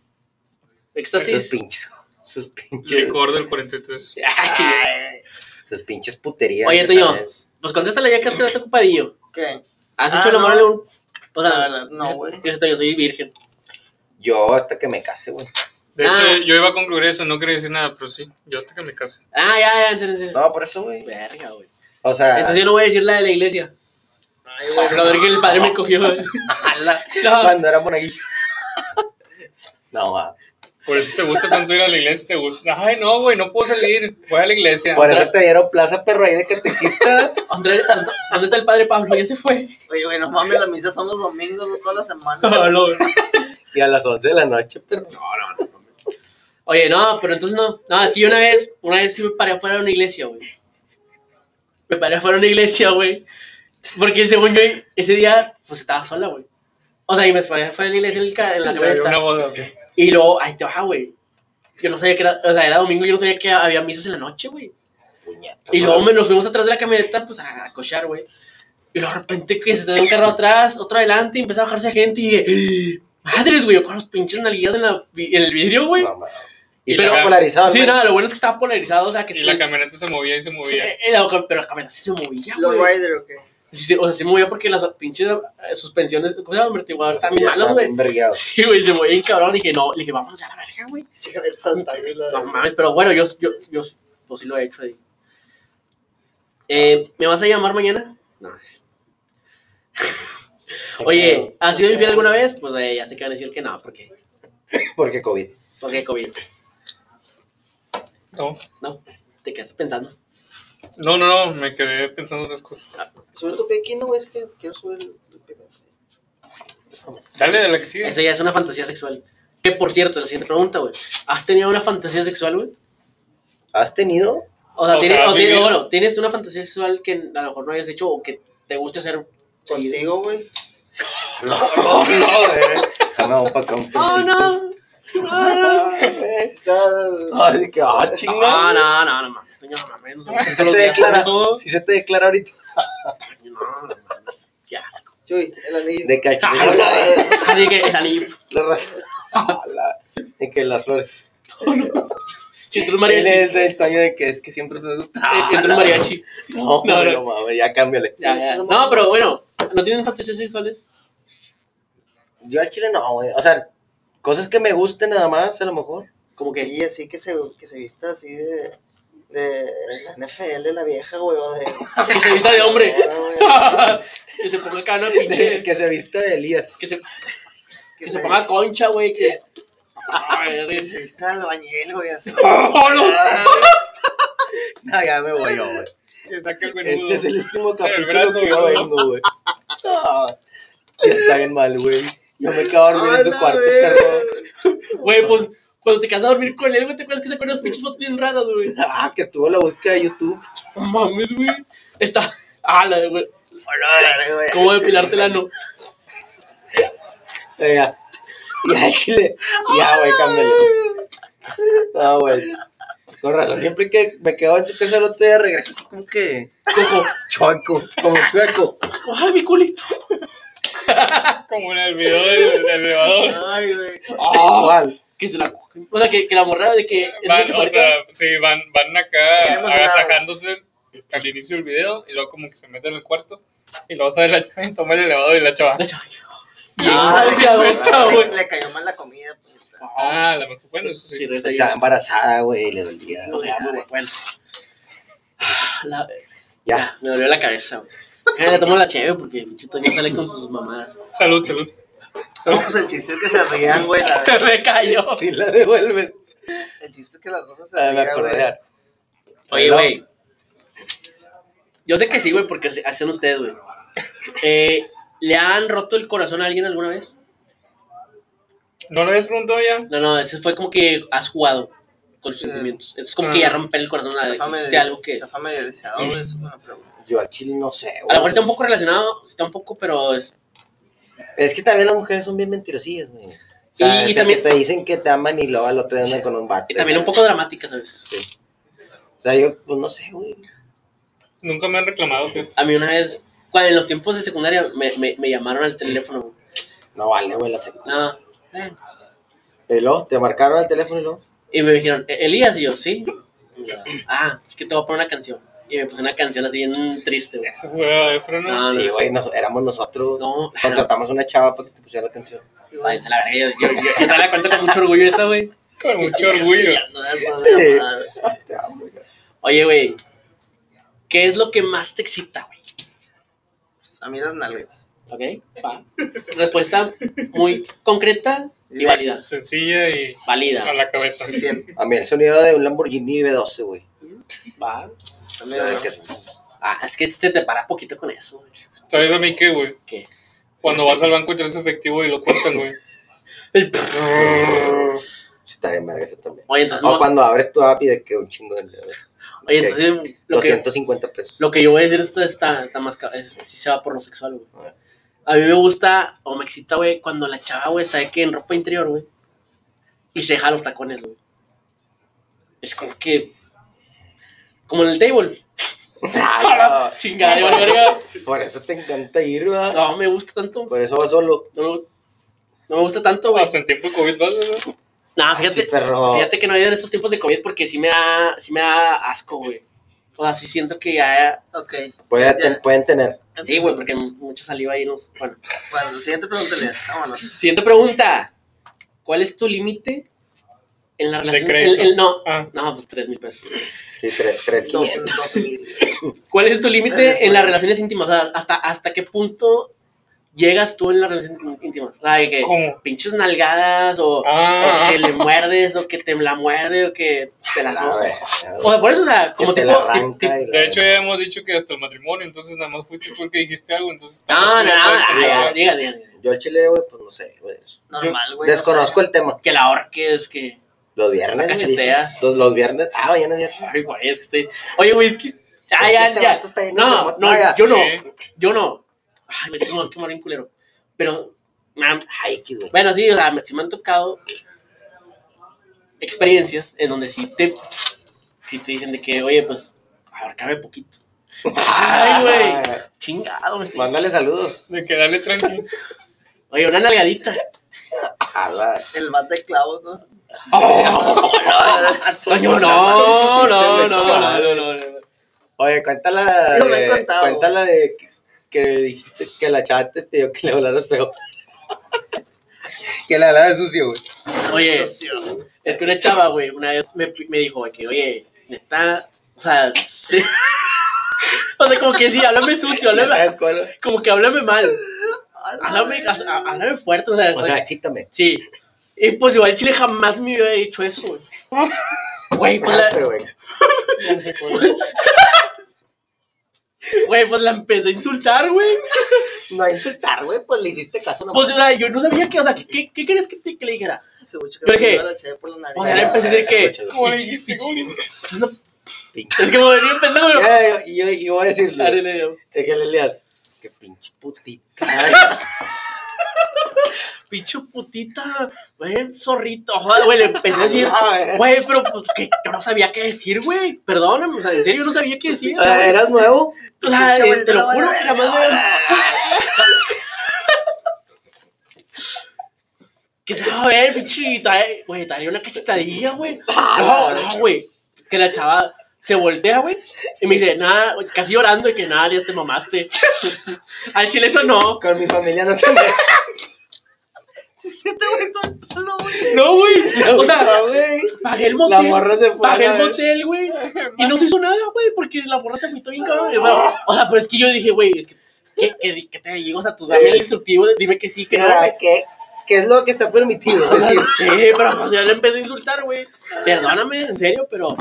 Speaker 3: Sus
Speaker 2: éxtasis.
Speaker 3: pinches, sus pinches,
Speaker 4: licor del 43.
Speaker 2: Ah, chinga.
Speaker 1: Ay,
Speaker 3: sus pinches puterías.
Speaker 2: Oye,
Speaker 3: que
Speaker 2: Toño.
Speaker 3: sabes.
Speaker 2: Pues contéstale ya que Oscar está ocupadillo.
Speaker 1: ¿Qué?
Speaker 2: ¿Has
Speaker 1: Ah,
Speaker 2: hecho el amor
Speaker 1: no.
Speaker 2: a un... O sea,
Speaker 1: La verdad, no, güey.
Speaker 2: Yo estoy- yo soy virgen.
Speaker 3: Yo hasta que me case, güey.
Speaker 4: De
Speaker 2: Ah.
Speaker 4: hecho, yo iba a concluir eso, no quería decir nada, pero sí. Yo hasta que me case.
Speaker 2: Ah, ya, ya, en serio, en serio.
Speaker 3: No, por eso, güey.
Speaker 2: Verga, güey.
Speaker 3: O sea,
Speaker 2: Entonces yo no voy a decir la de la iglesia.
Speaker 1: Ay, güey.
Speaker 2: La verga que el padre me cogió. güey.
Speaker 3: ala,
Speaker 2: No.
Speaker 3: cuando era monaguillo. No, va.
Speaker 4: Por eso te gusta tanto ir a la iglesia. Te gusta. Ay, no, güey, no puedo salir. Voy a la iglesia.
Speaker 3: Por eso te dieron plaza perro ahí de catequista.
Speaker 2: André- ¿Dónde dónde está el padre Pablo? Ya se fue.
Speaker 1: Oye, güey, no mames, las misas son los domingos, no todas las semanas.
Speaker 2: No, no, güey.
Speaker 3: y a las 11 de la noche, pero.
Speaker 2: Oye, no, pero entonces no. No, es que yo una vez, una vez sí me paré afuera de una iglesia, güey. Me paré afuera de una iglesia, güey. Porque según yo, ese día, pues estaba sola, güey. O sea, y me paré afuera de la iglesia en, el ca- en la
Speaker 4: Ya había
Speaker 2: camioneta.
Speaker 4: una boda, ok.
Speaker 2: Y luego, ahí te va, güey. Yo no sabía que era, o sea, era domingo y yo no sabía que había misas en la noche, güey.
Speaker 3: Puñetas,
Speaker 2: Y
Speaker 3: no,
Speaker 2: luego me nos fuimos atrás de la camioneta, pues a, a cochar, güey. Y luego de repente que se te dio un carro atrás, otro adelante, y empezó a bajarse gente y dije, madres, güey, yo con los pinches nalguillas en, la vi- en el vidrio, güey.
Speaker 3: no, no. Y
Speaker 2: Pero-
Speaker 3: estaba polarizado.
Speaker 2: Sí,
Speaker 3: ¿no?
Speaker 2: nada, lo bueno es que estaba polarizado, o sea, que...
Speaker 4: Y la camioneta se movía y se
Speaker 2: Sí,
Speaker 4: movía.
Speaker 2: eh, la- pero la camioneta sí se movía,
Speaker 1: Los
Speaker 2: güey.
Speaker 1: Rider, ¿o qué?
Speaker 2: Sí, sí, o sea, se movía porque las pinches eh, suspensiones, ¿cómo se llama? Amortiguadores, están bien
Speaker 3: Ya
Speaker 2: malos,
Speaker 3: estaba
Speaker 2: güey.
Speaker 3: bien vergueado.
Speaker 2: Sí, güey, se movía bien cabrón. dije, no, le dije, vámonos a la verga, güey.
Speaker 1: Sí, el Santa Cruz, la
Speaker 2: No
Speaker 1: verdad.
Speaker 2: mames, pero bueno, yo, yo, yo, yo sí lo he hecho ahí. Eh, ¿Me vas a llamar mañana? Oye, ¿has sido infiel alguna vez? Pues eh, ya sé que van a decir que no, porque,
Speaker 3: Porque COVID.
Speaker 2: porque COVID.
Speaker 4: No,
Speaker 2: No, te quedas pensando.
Speaker 4: no, no, no, me quedé pensando en otras cosas.
Speaker 1: Sube tu pie aquí, no, güey, es que quiero subir el pie.
Speaker 4: Dale, de la que sigue.
Speaker 2: Esa ya es una fantasía sexual. Que por cierto, la siguiente pregunta, güey. ¿Has tenido una fantasía sexual, güey?
Speaker 3: ¿Has tenido?
Speaker 2: O sea,
Speaker 4: O
Speaker 2: tienes,
Speaker 4: sea,
Speaker 2: o
Speaker 4: ¿has
Speaker 2: tienes-
Speaker 4: vivido?
Speaker 2: bueno, tienes una fantasía sexual que a lo mejor no hayas hecho o que te guste hacer seguido?
Speaker 1: Contigo, güey.
Speaker 3: No, no, güey. Déjame un acá un
Speaker 2: Oh, no. No,
Speaker 1: No, no, no.
Speaker 3: Ay, que, ah,
Speaker 2: no,
Speaker 3: chingada.
Speaker 2: no, no, no mames. No mames. No
Speaker 3: Si
Speaker 2: mames.
Speaker 3: se
Speaker 2: No
Speaker 3: te declara,
Speaker 2: mames.
Speaker 3: si se te declara ahorita.
Speaker 2: No mames. Qué asco.
Speaker 1: Chuy, el anillo.
Speaker 3: De cacho.
Speaker 2: Ah,
Speaker 1: eh.
Speaker 3: La-
Speaker 2: Así que el anillo.
Speaker 3: la- Ah, la- De que las flores.
Speaker 2: Si entró el
Speaker 3: Él
Speaker 2: mariachi.
Speaker 3: es del Toño de que es que siempre me gusta.
Speaker 2: Eh, Entró el mariachi.
Speaker 3: No,
Speaker 2: No,
Speaker 3: no,
Speaker 2: no.
Speaker 3: no, mames, ya cámbiale.
Speaker 2: Ya,
Speaker 1: Ah, Sí,
Speaker 2: ya.
Speaker 1: sí, somos-
Speaker 2: No, pero bueno, ¿no tienen fantasías sexuales?
Speaker 3: Yo al chile no, güey. O sea, cosas que me gusten nada más, a lo mejor.
Speaker 2: Como que.
Speaker 1: Sí, así que se, que se vista así de, de la NFL, la vieja, güey, o de...
Speaker 2: Que se vista de hombre.
Speaker 1: Ahora, güey,
Speaker 2: que se ponga cana, pinche.
Speaker 3: que se vista de Elías.
Speaker 2: Que se, que
Speaker 1: que
Speaker 2: se ponga concha, güey. Que.
Speaker 1: que
Speaker 2: Ay,
Speaker 1: se vista de albañil, güey, así.
Speaker 2: ¡Oh, no!
Speaker 1: Ah,
Speaker 3: No, ya me voy yo, güey.
Speaker 4: Que saque el menudo.
Speaker 3: Este es el último capítulo
Speaker 4: brazo,
Speaker 3: que yo
Speaker 4: güey.
Speaker 3: vengo, güey. Ah, ya está bien mal, güey. Yo me quedo a dormir en su
Speaker 1: A la
Speaker 3: cuarto,
Speaker 1: verga.
Speaker 3: perro.
Speaker 2: Güey, pues cuando te casas a dormir con él, güey, te acuerdas que se unas pinches fotos bien raras, güey.
Speaker 3: Ah, que estuvo la búsqueda de YouTube.
Speaker 2: No mames, güey. Está. Ah, la de, güey.
Speaker 1: A la verga, güey.
Speaker 2: ¿Cómo depilarte la no?
Speaker 3: Eh, Ya, ya, chile. Ya, güey, cámbiale. No, güey. Con razón, siempre que me quedo en su casa el otro día, regreso así como que... Como chueco, como chueco.
Speaker 2: Ay, mi culito.
Speaker 4: Como en el video del, del elevador.
Speaker 1: Ay, güey.
Speaker 3: Igual.
Speaker 2: Que se la cogen. O sea, que, que la morra de que. es una
Speaker 4: Van, o
Speaker 2: chaparrita.
Speaker 4: sea, sí, van, van
Speaker 1: Ya
Speaker 4: acá
Speaker 1: hemos
Speaker 4: agasajándose al inicio del video y luego como que se meten en el cuarto y luego sale la chava y toma el elevador y la chava.
Speaker 2: La chaparrita.
Speaker 1: Ah,
Speaker 2: se agüenta,
Speaker 1: le,
Speaker 2: güey.
Speaker 1: le cayó mal la comida, pues.
Speaker 4: Ah, a lo mejor, bueno, eso sí.
Speaker 2: Sí, regresa
Speaker 3: Estaba
Speaker 2: ahí.
Speaker 3: embarazada, güey, le dolía.
Speaker 2: O sea, muy bueno. bueno. La-
Speaker 3: Ya.
Speaker 2: Me dolió la cabeza, güey. Déjame tomo la cheve porque el chito ya sale con sus mamás.
Speaker 4: Salud, salud.
Speaker 1: No, pues el chiste es que se rían, güey. la-
Speaker 2: Me cayó.
Speaker 3: Si la devuelves, Ah,
Speaker 1: El chiste es que las rosas se
Speaker 3: me
Speaker 1: rían, güey.
Speaker 3: acordé.
Speaker 2: Oye, güey. Yo sé que sí, güey, porque así- así son ustedes, güey. Eh, ¿Le han roto el corazón a alguien alguna vez?
Speaker 4: ¿No lo habías preguntado ya?
Speaker 2: No, no, ese fue como que has jugado con tus
Speaker 1: Sí.
Speaker 2: sentimientos. Es como
Speaker 4: Ah.
Speaker 2: que ya romper el corazón a de que
Speaker 1: Zafame
Speaker 2: hiciste
Speaker 1: de-
Speaker 2: algo que. A
Speaker 1: zafame de deseado, güey, eso es una pregunta.
Speaker 3: Yo al chile no sé,
Speaker 2: lo
Speaker 3: güey.
Speaker 2: mejor está un poco relacionado, está un poco, pero es.
Speaker 3: Es que también las mujeres son bien mentirosillas, güey. O
Speaker 2: Y- y
Speaker 3: sea, y,
Speaker 2: también-
Speaker 3: te dicen que te aman y luego al otro día andan con un vato.
Speaker 2: Y también un poco dramática, ¿sabes?
Speaker 3: Sí. O sea, yo pues, no sé, güey.
Speaker 4: Nunca me han reclamado, fíjate.
Speaker 2: A mí una vez, cuando en los tiempos de secundaria me, me, me llamaron al teléfono. güey.
Speaker 3: No vale, güey, la secu.
Speaker 2: Nada. eh.
Speaker 3: Y luego te marcaron al teléfono y luego.
Speaker 2: Y me dijeron, "E- Elías, y yo, sí. Y yo, Ah, es que te voy a poner una canción. Y me puse una canción así bien triste, güey.
Speaker 4: Eso fue de freno.
Speaker 2: No,
Speaker 3: sí,
Speaker 2: no,
Speaker 3: güey, nos- éramos nosotros.
Speaker 2: No, no,
Speaker 3: Contratamos a una chava para que te pusiera la canción.
Speaker 2: váyanse a la verga. Yo, yo, yo, yo te la cuento con mucho orgullo esa, güey.
Speaker 4: Con mucho orgullo.
Speaker 1: No, no, no, no, no, no.
Speaker 3: Te amo, güey.
Speaker 2: Oye, güey, ¿qué es lo que más te excita, güey?
Speaker 1: Pues, A mí las nalgas.
Speaker 2: ¿Ok? Va. Respuesta muy concreta y
Speaker 1: Y
Speaker 2: válida.
Speaker 4: Sencilla y a
Speaker 2: Válida.
Speaker 4: la cabeza.
Speaker 1: Me siento,
Speaker 3: A mí el sonido de un Lamborghini V12, güey.
Speaker 2: Va.
Speaker 1: a mí
Speaker 3: O sea, de
Speaker 1: las-
Speaker 3: que-
Speaker 2: Ah, es que te, te para poquito con eso, güey.
Speaker 4: ¿Sabes a mí qué, güey?
Speaker 2: ¿Qué?
Speaker 4: Cuando vas al banco y traes efectivo y lo cortan, güey.
Speaker 2: El-
Speaker 3: Sí, está bien, verga, eso también.
Speaker 2: Oye, entonces,
Speaker 3: O
Speaker 2: no-
Speaker 3: cuando abres tu app y de que un chingo de.
Speaker 2: oye, entonces lo, que,
Speaker 3: 250 pesos.
Speaker 2: lo que yo voy a decir esto está, está más... ca- es- sí se va por lo sexual,
Speaker 3: A
Speaker 2: güey.
Speaker 3: ver.
Speaker 2: A mí me gusta o me excita, güey, cuando la chava, güey, está de que en ropa interior, güey. Y se deja los tacones, güey. Es como que... Como en el table.
Speaker 3: Ay,
Speaker 2: Chingada, vale, verga.
Speaker 3: no, por eso te encanta ir, ¿verdad?
Speaker 2: No me gusta tanto.
Speaker 3: Por eso vas solo.
Speaker 2: No me, gu- no me gusta tanto, güey.
Speaker 4: Hasta en tiempo de COVID vas, ¿verdad?
Speaker 2: Nah, fíjate,
Speaker 3: Sí, perro.
Speaker 2: fíjate que no he ido en estos tiempos de COVID porque sí me da, sí me da asco, güey. O sea, sí siento que ya.
Speaker 1: Ok.
Speaker 3: Pueden, ten- pueden tener.
Speaker 2: Sí, güey, porque mucha saliva ahí nos. Bueno.
Speaker 1: Bueno, la siguiente pregunta, Elias. Vámonos.
Speaker 2: Siguiente pregunta. ¿Cuál es tu límite en la relación?
Speaker 4: crédito.
Speaker 2: el- el- no.
Speaker 4: Ah,
Speaker 2: No, pues tres mil pesos.
Speaker 3: Sí, tres, tres,
Speaker 1: Dos,
Speaker 3: quinientos.
Speaker 1: dos mil.
Speaker 2: ¿Cuál es tu límite en las relaciones íntimas? O sea, hasta, hasta qué punto llegas tú en las relaciones íntimas. O sea, de que
Speaker 4: ¿cómo?
Speaker 2: pinches nalgadas o,
Speaker 4: Ah.
Speaker 2: o que le muerdes o que te la muerde o que te la
Speaker 3: A
Speaker 2: soba.
Speaker 3: ver, a ver.
Speaker 2: O sea, por eso, o sea, como
Speaker 3: Ah, Que te
Speaker 2: tipo,
Speaker 3: la
Speaker 2: ti- ti-
Speaker 3: arranca y la-
Speaker 4: De hecho, ya hemos dicho que hasta el matrimonio, entonces nada más fuiste porque dijiste algo, entonces.
Speaker 2: No, no,
Speaker 4: tampoco
Speaker 2: no, ya,
Speaker 4: puedes
Speaker 2: ya,
Speaker 4: contestar.
Speaker 2: diga, diga, diga.
Speaker 3: Yo al chile, güey, pues no sé, güey. eso.
Speaker 1: Normal, güey.
Speaker 3: Desconozco el tema.
Speaker 2: Que la ahorques, que.
Speaker 3: Los viernes,
Speaker 2: La
Speaker 3: me dicen.
Speaker 2: cacheteas.
Speaker 3: Los, los viernes. Ah, mañana es viernes.
Speaker 2: Ay, güey, es que estoy. Oye, güey, es que. Ah,
Speaker 3: Es que
Speaker 2: ya,
Speaker 3: este
Speaker 2: ya.
Speaker 3: vato está bien
Speaker 2: No,
Speaker 3: enfermo.
Speaker 2: no,
Speaker 3: Oiga.
Speaker 2: yo no,
Speaker 4: Sí.
Speaker 2: yo no. Ay, me estoy que morir un culero. Pero, man,
Speaker 3: Ay, qué güey.
Speaker 2: bueno, sí, o sea, me- sí me han tocado experiencias en donde sí te, sí te dicen de que, oye, pues, ahorcame poquito. Ay, güey. Chingado, me estoy-
Speaker 3: Mándale saludos.
Speaker 4: De que dale tranqui.
Speaker 2: Oye, una nalgadita.
Speaker 3: Ojalá.
Speaker 1: El bat de clavos, ¿no?
Speaker 2: Oh. Toño, no, no, no, no, no, no, no.
Speaker 3: Oye, cuéntala.
Speaker 1: Yo me he
Speaker 3: de-
Speaker 1: contado.
Speaker 3: Cuéntala de que, que dijiste que la chava te pidió que le volaras feo. que le hablara sucio, güey.
Speaker 2: Oye,
Speaker 1: Socio.
Speaker 2: es que una chava, güey, una vez me, me dijo, güey, que, oye, neta, o sea, sí. O sea, como que sí, háblame sucio,
Speaker 3: Ya
Speaker 2: háblame,
Speaker 3: sabes cuál.
Speaker 2: como que háblame mal,
Speaker 1: A la
Speaker 2: háblame,
Speaker 1: verga.
Speaker 2: há- háblame fuerte, o sea,
Speaker 3: O sea, excítame.
Speaker 2: sí. Y pues igual Chile jamás me hubiera dicho eso, güey. Güey, pues la,
Speaker 3: Espérate, güey.
Speaker 2: güey, pues la empecé a insultar, güey.
Speaker 3: No a insultar, güey, pues le hiciste caso a una
Speaker 2: Pues, o sea, yo no sabía que, o sea, ¿qué, qué, qué querías que, te- que le dijera?
Speaker 1: Hace mucho
Speaker 2: Yo
Speaker 1: que no
Speaker 2: dije,
Speaker 1: me la eché por la nariz.
Speaker 2: o sea, le empecé a decir que-
Speaker 4: ¿Cómo le dijiste? ¿Cómo le dijiste?
Speaker 2: Es que me venía un pendejo, güey.
Speaker 3: Ya, yo, yo, yo voy a decirlo.
Speaker 2: Dale, dale, dale.
Speaker 3: Es que le leas. Qué pinche putita.
Speaker 2: pinche putita, güey, zorrito, joder, güey, le empecé a decir,
Speaker 3: Ah,
Speaker 2: güey, pero pues que yo no sabía qué decir, güey, perdóname, o sea, en serio, yo no sabía qué decir,
Speaker 3: ah,
Speaker 2: güey.
Speaker 3: ¿Eras nuevo?
Speaker 2: O sea,
Speaker 1: Pinche
Speaker 2: eh, te lo
Speaker 1: abuelita,
Speaker 2: juro que la madre, que se va a ver, pinche, trae- güey, traía una cachetadilla, güey, Ah, no, no, güey, que la chava se voltea, güey, y me dice, nada, güey, casi llorando, y que nada, ya te mamaste, al chile eso no,
Speaker 3: Con mi familia no tengo.
Speaker 1: Se te güey todo el palo, güey.
Speaker 2: no, güey, o sea,
Speaker 3: güey.
Speaker 2: pagué el
Speaker 3: La
Speaker 2: motel,
Speaker 3: morra se fue. a
Speaker 2: Bajé
Speaker 3: la
Speaker 2: el
Speaker 3: vez.
Speaker 2: motel, güey. Y no se hizo nada, güey, porque la borra se agüitó bien cabrón. Y, bueno, o sea, pero es que yo dije, güey, es que, que, que, que te digo, o sea, tú dame el instructivo, dime que sí, que no,
Speaker 3: O sea,
Speaker 2: güey.
Speaker 3: ¿qué, qué es lo que está permitido?
Speaker 2: O sea,
Speaker 3: decir?
Speaker 2: Sí, pero o sea, le empecé a insultar, güey. Perdóname, en serio, pero.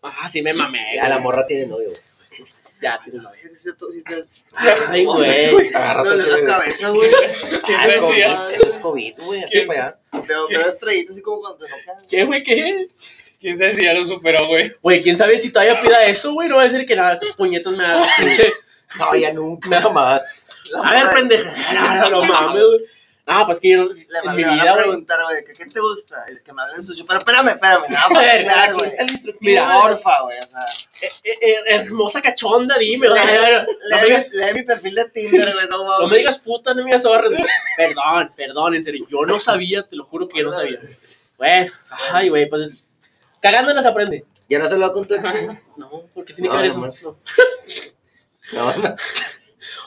Speaker 2: Ah, sí, me mamé.
Speaker 3: Ya la
Speaker 2: güey.
Speaker 3: morra tiene novio. güey.
Speaker 2: Ya, tienes novia.
Speaker 1: Si te- si te-
Speaker 2: Ay, güey.
Speaker 1: No
Speaker 3: Agárrate,
Speaker 1: le da
Speaker 3: chévere.
Speaker 1: la cabeza, güey.
Speaker 3: Ah, es
Speaker 1: Chinga,
Speaker 4: sí,
Speaker 3: COVID,
Speaker 1: madre.
Speaker 3: Eso es COVID, güey. hazte
Speaker 4: ¿Quién?
Speaker 3: para allá.
Speaker 1: Pero, pero estrellita así como cuando te tocan.
Speaker 2: ¿Qué, güey? ¿Qué?
Speaker 4: ¿Quién sabe si ya lo superó, güey?
Speaker 2: Güey, quién sabe si todavía pida eso, güey. No va a decir que nada, estos puñetas me hagan pinche.
Speaker 3: No, ya nunca más.
Speaker 2: A ver, pendeja. No, no, no mames, güey. No, pues que yo
Speaker 1: Le
Speaker 2: en
Speaker 1: van
Speaker 2: mi
Speaker 1: le van a
Speaker 2: vida, güey.
Speaker 1: preguntar, güey, ¿qué- ¿qué te gusta? El que me hablen sucio. Pero espérame, espérame. Nada
Speaker 2: A ver,
Speaker 1: más claro,
Speaker 3: Ah, pues, Aquí
Speaker 1: güey.
Speaker 3: está el instructivo.
Speaker 2: Mira,
Speaker 3: güey.
Speaker 1: Porfa, güey, o sea.
Speaker 2: Eh, eh, eh, hermosa cachonda, dime. O sea,
Speaker 1: Lee-
Speaker 2: no, me
Speaker 1: Lee,
Speaker 2: digas,
Speaker 1: mi- lee mi perfil de Tinder, güey, no mames.
Speaker 2: no me digas puta, no me digas zorra. Perdón, perdón, en serio. Yo no sabía, te lo juro que yo no sabía. Güey, ay, güey, pues cagándolas aprende.
Speaker 3: ¿Ya no se lo contó ex?
Speaker 2: No, porque tiene que
Speaker 3: No,
Speaker 2: ver eso.
Speaker 3: nomás. No, no.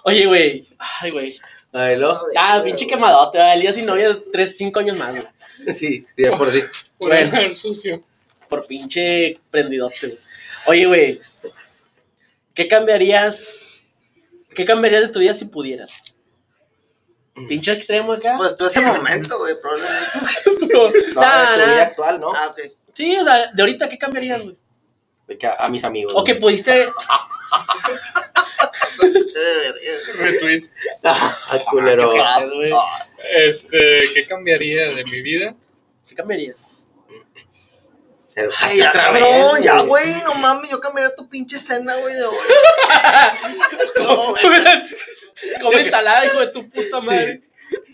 Speaker 2: Oye, güey. Ay, güey.
Speaker 3: A ver, luego.
Speaker 2: Ah, pinche quemadote. ¿verdad? El día sin novia, tres, cinco años más, güey.
Speaker 3: Sí, sí, de por sí.
Speaker 4: Por
Speaker 2: Bueno.
Speaker 4: andar sucio.
Speaker 2: Por pinche prendidote, güey. Oye, güey. ¿Qué cambiarías? ¿Qué cambiarías de tu vida si pudieras?
Speaker 3: Mm.
Speaker 2: Pinche extremo acá.
Speaker 1: Pues tú ese momento, güey, probablemente.
Speaker 2: no,
Speaker 3: No, de tu
Speaker 2: nah.
Speaker 3: vida actual, ¿no?
Speaker 1: Ah, ok.
Speaker 2: Sí, o sea, de ahorita, ¿qué cambiarías, güey?
Speaker 3: De que a, a mis amigos.
Speaker 2: O que pudiste.
Speaker 1: Eh,
Speaker 4: Retweet.
Speaker 3: Ah, culero.
Speaker 2: Ah, qué feas, güey.
Speaker 4: Este, ¿qué cambiaría de mi vida?
Speaker 2: ¿Qué cambiarías?
Speaker 3: Pero,
Speaker 1: Ay,
Speaker 3: hasta
Speaker 1: ya,
Speaker 3: otra
Speaker 1: cabrón,
Speaker 3: vez,
Speaker 1: ya, güey, no mames, yo cambiaría tu pinche escena, güey, de hoy. No, güey.
Speaker 2: Como ensalada, hijo de tu puta madre.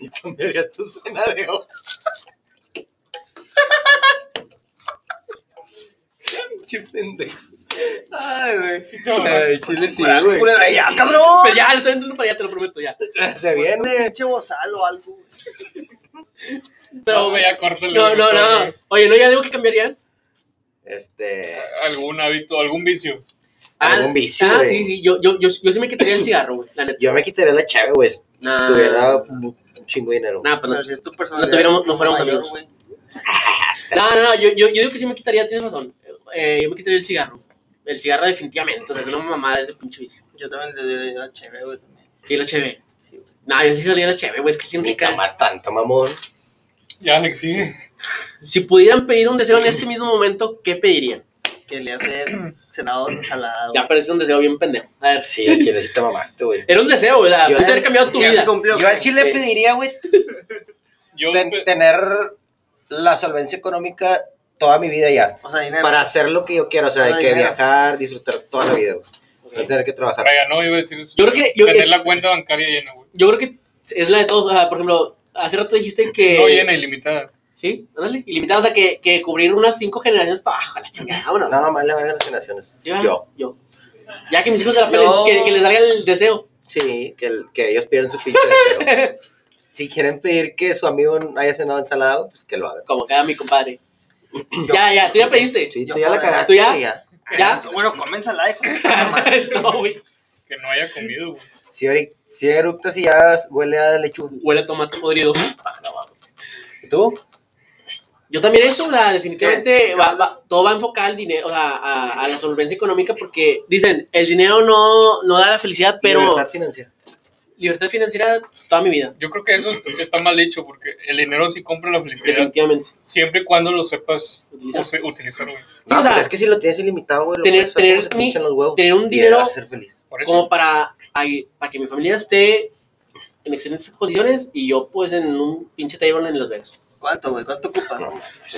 Speaker 3: Y cambiaría tu cena de hoy. Che pendejo. Ay, güey.
Speaker 4: Sí, te mamaste.
Speaker 3: Ay, chile sí,
Speaker 1: Culera,
Speaker 3: güey.
Speaker 1: culera, ya, cabrón.
Speaker 2: Pero ya, lo estoy entendiendo para allá, te lo prometo, ya.
Speaker 3: Se viene.
Speaker 1: Pinche bozal o algo. güey.
Speaker 2: Pero,
Speaker 4: No, güey, ya córtale,
Speaker 2: No,
Speaker 4: güey,
Speaker 2: no,
Speaker 4: todo,
Speaker 2: no.
Speaker 4: güey.
Speaker 2: Oye, ¿no hay algo que cambiarían?
Speaker 3: Este.
Speaker 4: Algún hábito, algún vicio.
Speaker 3: Algún vicio,
Speaker 2: Ah,
Speaker 3: güey.
Speaker 2: sí, sí. Yo, yo, yo, yo sí me quitaría el cigarro, güey. La neta.
Speaker 3: Yo me quitaría la chave, güey. Si
Speaker 2: Nah.
Speaker 3: Tuviera un chingo de dinero.
Speaker 2: Nah, pues no.
Speaker 1: Pero si es tu personalidad.
Speaker 2: tuviéramos- no fuéramos
Speaker 1: mayor,
Speaker 2: amigos.
Speaker 1: güey.
Speaker 2: No, no, no, yo, yo, yo digo que sí me quitaría, tienes razón. Eh, yo me quitaría el cigarro. El cigarro definitivamente, o sea, es una mamada ese pinche vicio.
Speaker 1: Yo también le doy la chévere, güey, también.
Speaker 2: Sí, la cheve. No, yo sí jalaría la cheve, güey, es que siento
Speaker 3: Ni
Speaker 2: que...
Speaker 3: tomas tanto, mamón.
Speaker 4: Ya le exige.
Speaker 2: Si pudieran pedir un deseo en este mismo momento, ¿qué pedirían?
Speaker 1: Que le hace cenado ensalada,
Speaker 2: Ya
Speaker 1: güey.
Speaker 2: parece un deseo bien pendejo. A ver,
Speaker 3: Sí, al chile sí te mamaste, güey.
Speaker 2: era un deseo, güey, o sea,
Speaker 3: Yo-
Speaker 2: pudiste haber cambiado tu
Speaker 1: Ya
Speaker 2: vida.
Speaker 1: se cumplió.
Speaker 3: Yo al chile
Speaker 2: Sí.
Speaker 3: pediría, güey,
Speaker 4: Yo,
Speaker 3: ten-
Speaker 4: pe-
Speaker 3: tener la solvencia económica toda mi vida ya.
Speaker 1: O sea, dinero.
Speaker 3: Para hacer lo que yo quiero, o sea, de
Speaker 1: Para
Speaker 3: que
Speaker 1: dinero.
Speaker 3: viajar, disfrutar toda la vida, güey.
Speaker 2: Ok.
Speaker 3: No tener que trabajar.
Speaker 4: Raya, no, iba a decir eso.
Speaker 2: Yo creo que- yo-
Speaker 4: Tener
Speaker 2: es-
Speaker 4: la cuenta bancaria llena, güey.
Speaker 2: Yo creo que es la de todos, o sea, por ejemplo, hace rato dijiste que...
Speaker 4: No llena, ilimitada.
Speaker 2: Sí, ándale, ilimitado, o sea, que, que cubrir unas cinco generaciones para abajo, la chingada, vámonos.
Speaker 3: Nada más le van a las generaciones.
Speaker 2: ¿Sí, va?
Speaker 3: Yo.
Speaker 2: Yo. Ya que mis hijos se la pelen,
Speaker 1: Yo-
Speaker 2: que, que les salga el deseo.
Speaker 3: Sí, que, el- que ellos pidan su pinche deseo. si quieren pedir que su amigo haya cenado ensalada, pues que lo hagan.
Speaker 2: Como acá mi compadre. ya, ya, tú ya pediste.
Speaker 3: Sí,
Speaker 1: Yo
Speaker 3: tú ya la
Speaker 1: puedo,
Speaker 3: cagaste.
Speaker 2: ¿tú ya?
Speaker 3: güey,
Speaker 2: ¿Ya?
Speaker 1: Bueno, come ensalada, hijo de puta madre.
Speaker 2: no, güey.
Speaker 4: Que no haya comido, güey.
Speaker 3: Si, ori- si eructas y ya huele a lechuga.
Speaker 2: Huele a tomate podrido.
Speaker 3: ¿Tú?
Speaker 2: Yo también eso, o sea, definitivamente va- va- todo va a enfocar al dinero, o sea, a, a la solvencia económica porque dicen, el dinero no, no da la felicidad, pero libertad.
Speaker 3: Libertad financiera.
Speaker 2: financiera toda mi vida,
Speaker 4: Yo creo que eso est- está mal dicho, porque el dinero sí compra la felicidad,
Speaker 2: definitivamente.
Speaker 4: siempre y cuando lo sepas
Speaker 2: Utilizar.
Speaker 4: use- utilizar, güey.
Speaker 2: Sí,
Speaker 3: No,
Speaker 2: o sea,
Speaker 3: pues es que si lo tienes ilimitado, güey, lo
Speaker 2: tener-
Speaker 3: puedes hacer
Speaker 2: tener
Speaker 3: como se te
Speaker 2: un-
Speaker 3: hinchan los huevos.
Speaker 2: tener un
Speaker 3: Y
Speaker 2: dinero-
Speaker 3: vas a ser feliz.
Speaker 4: Por
Speaker 2: como
Speaker 4: eso.
Speaker 2: para, ay, para que mi familia esté en excelentes condiciones y yo pues en un pinche table en Las Vegas.
Speaker 1: ¿Cuánto, güey? ¿Cuánto ocupas?
Speaker 3: No,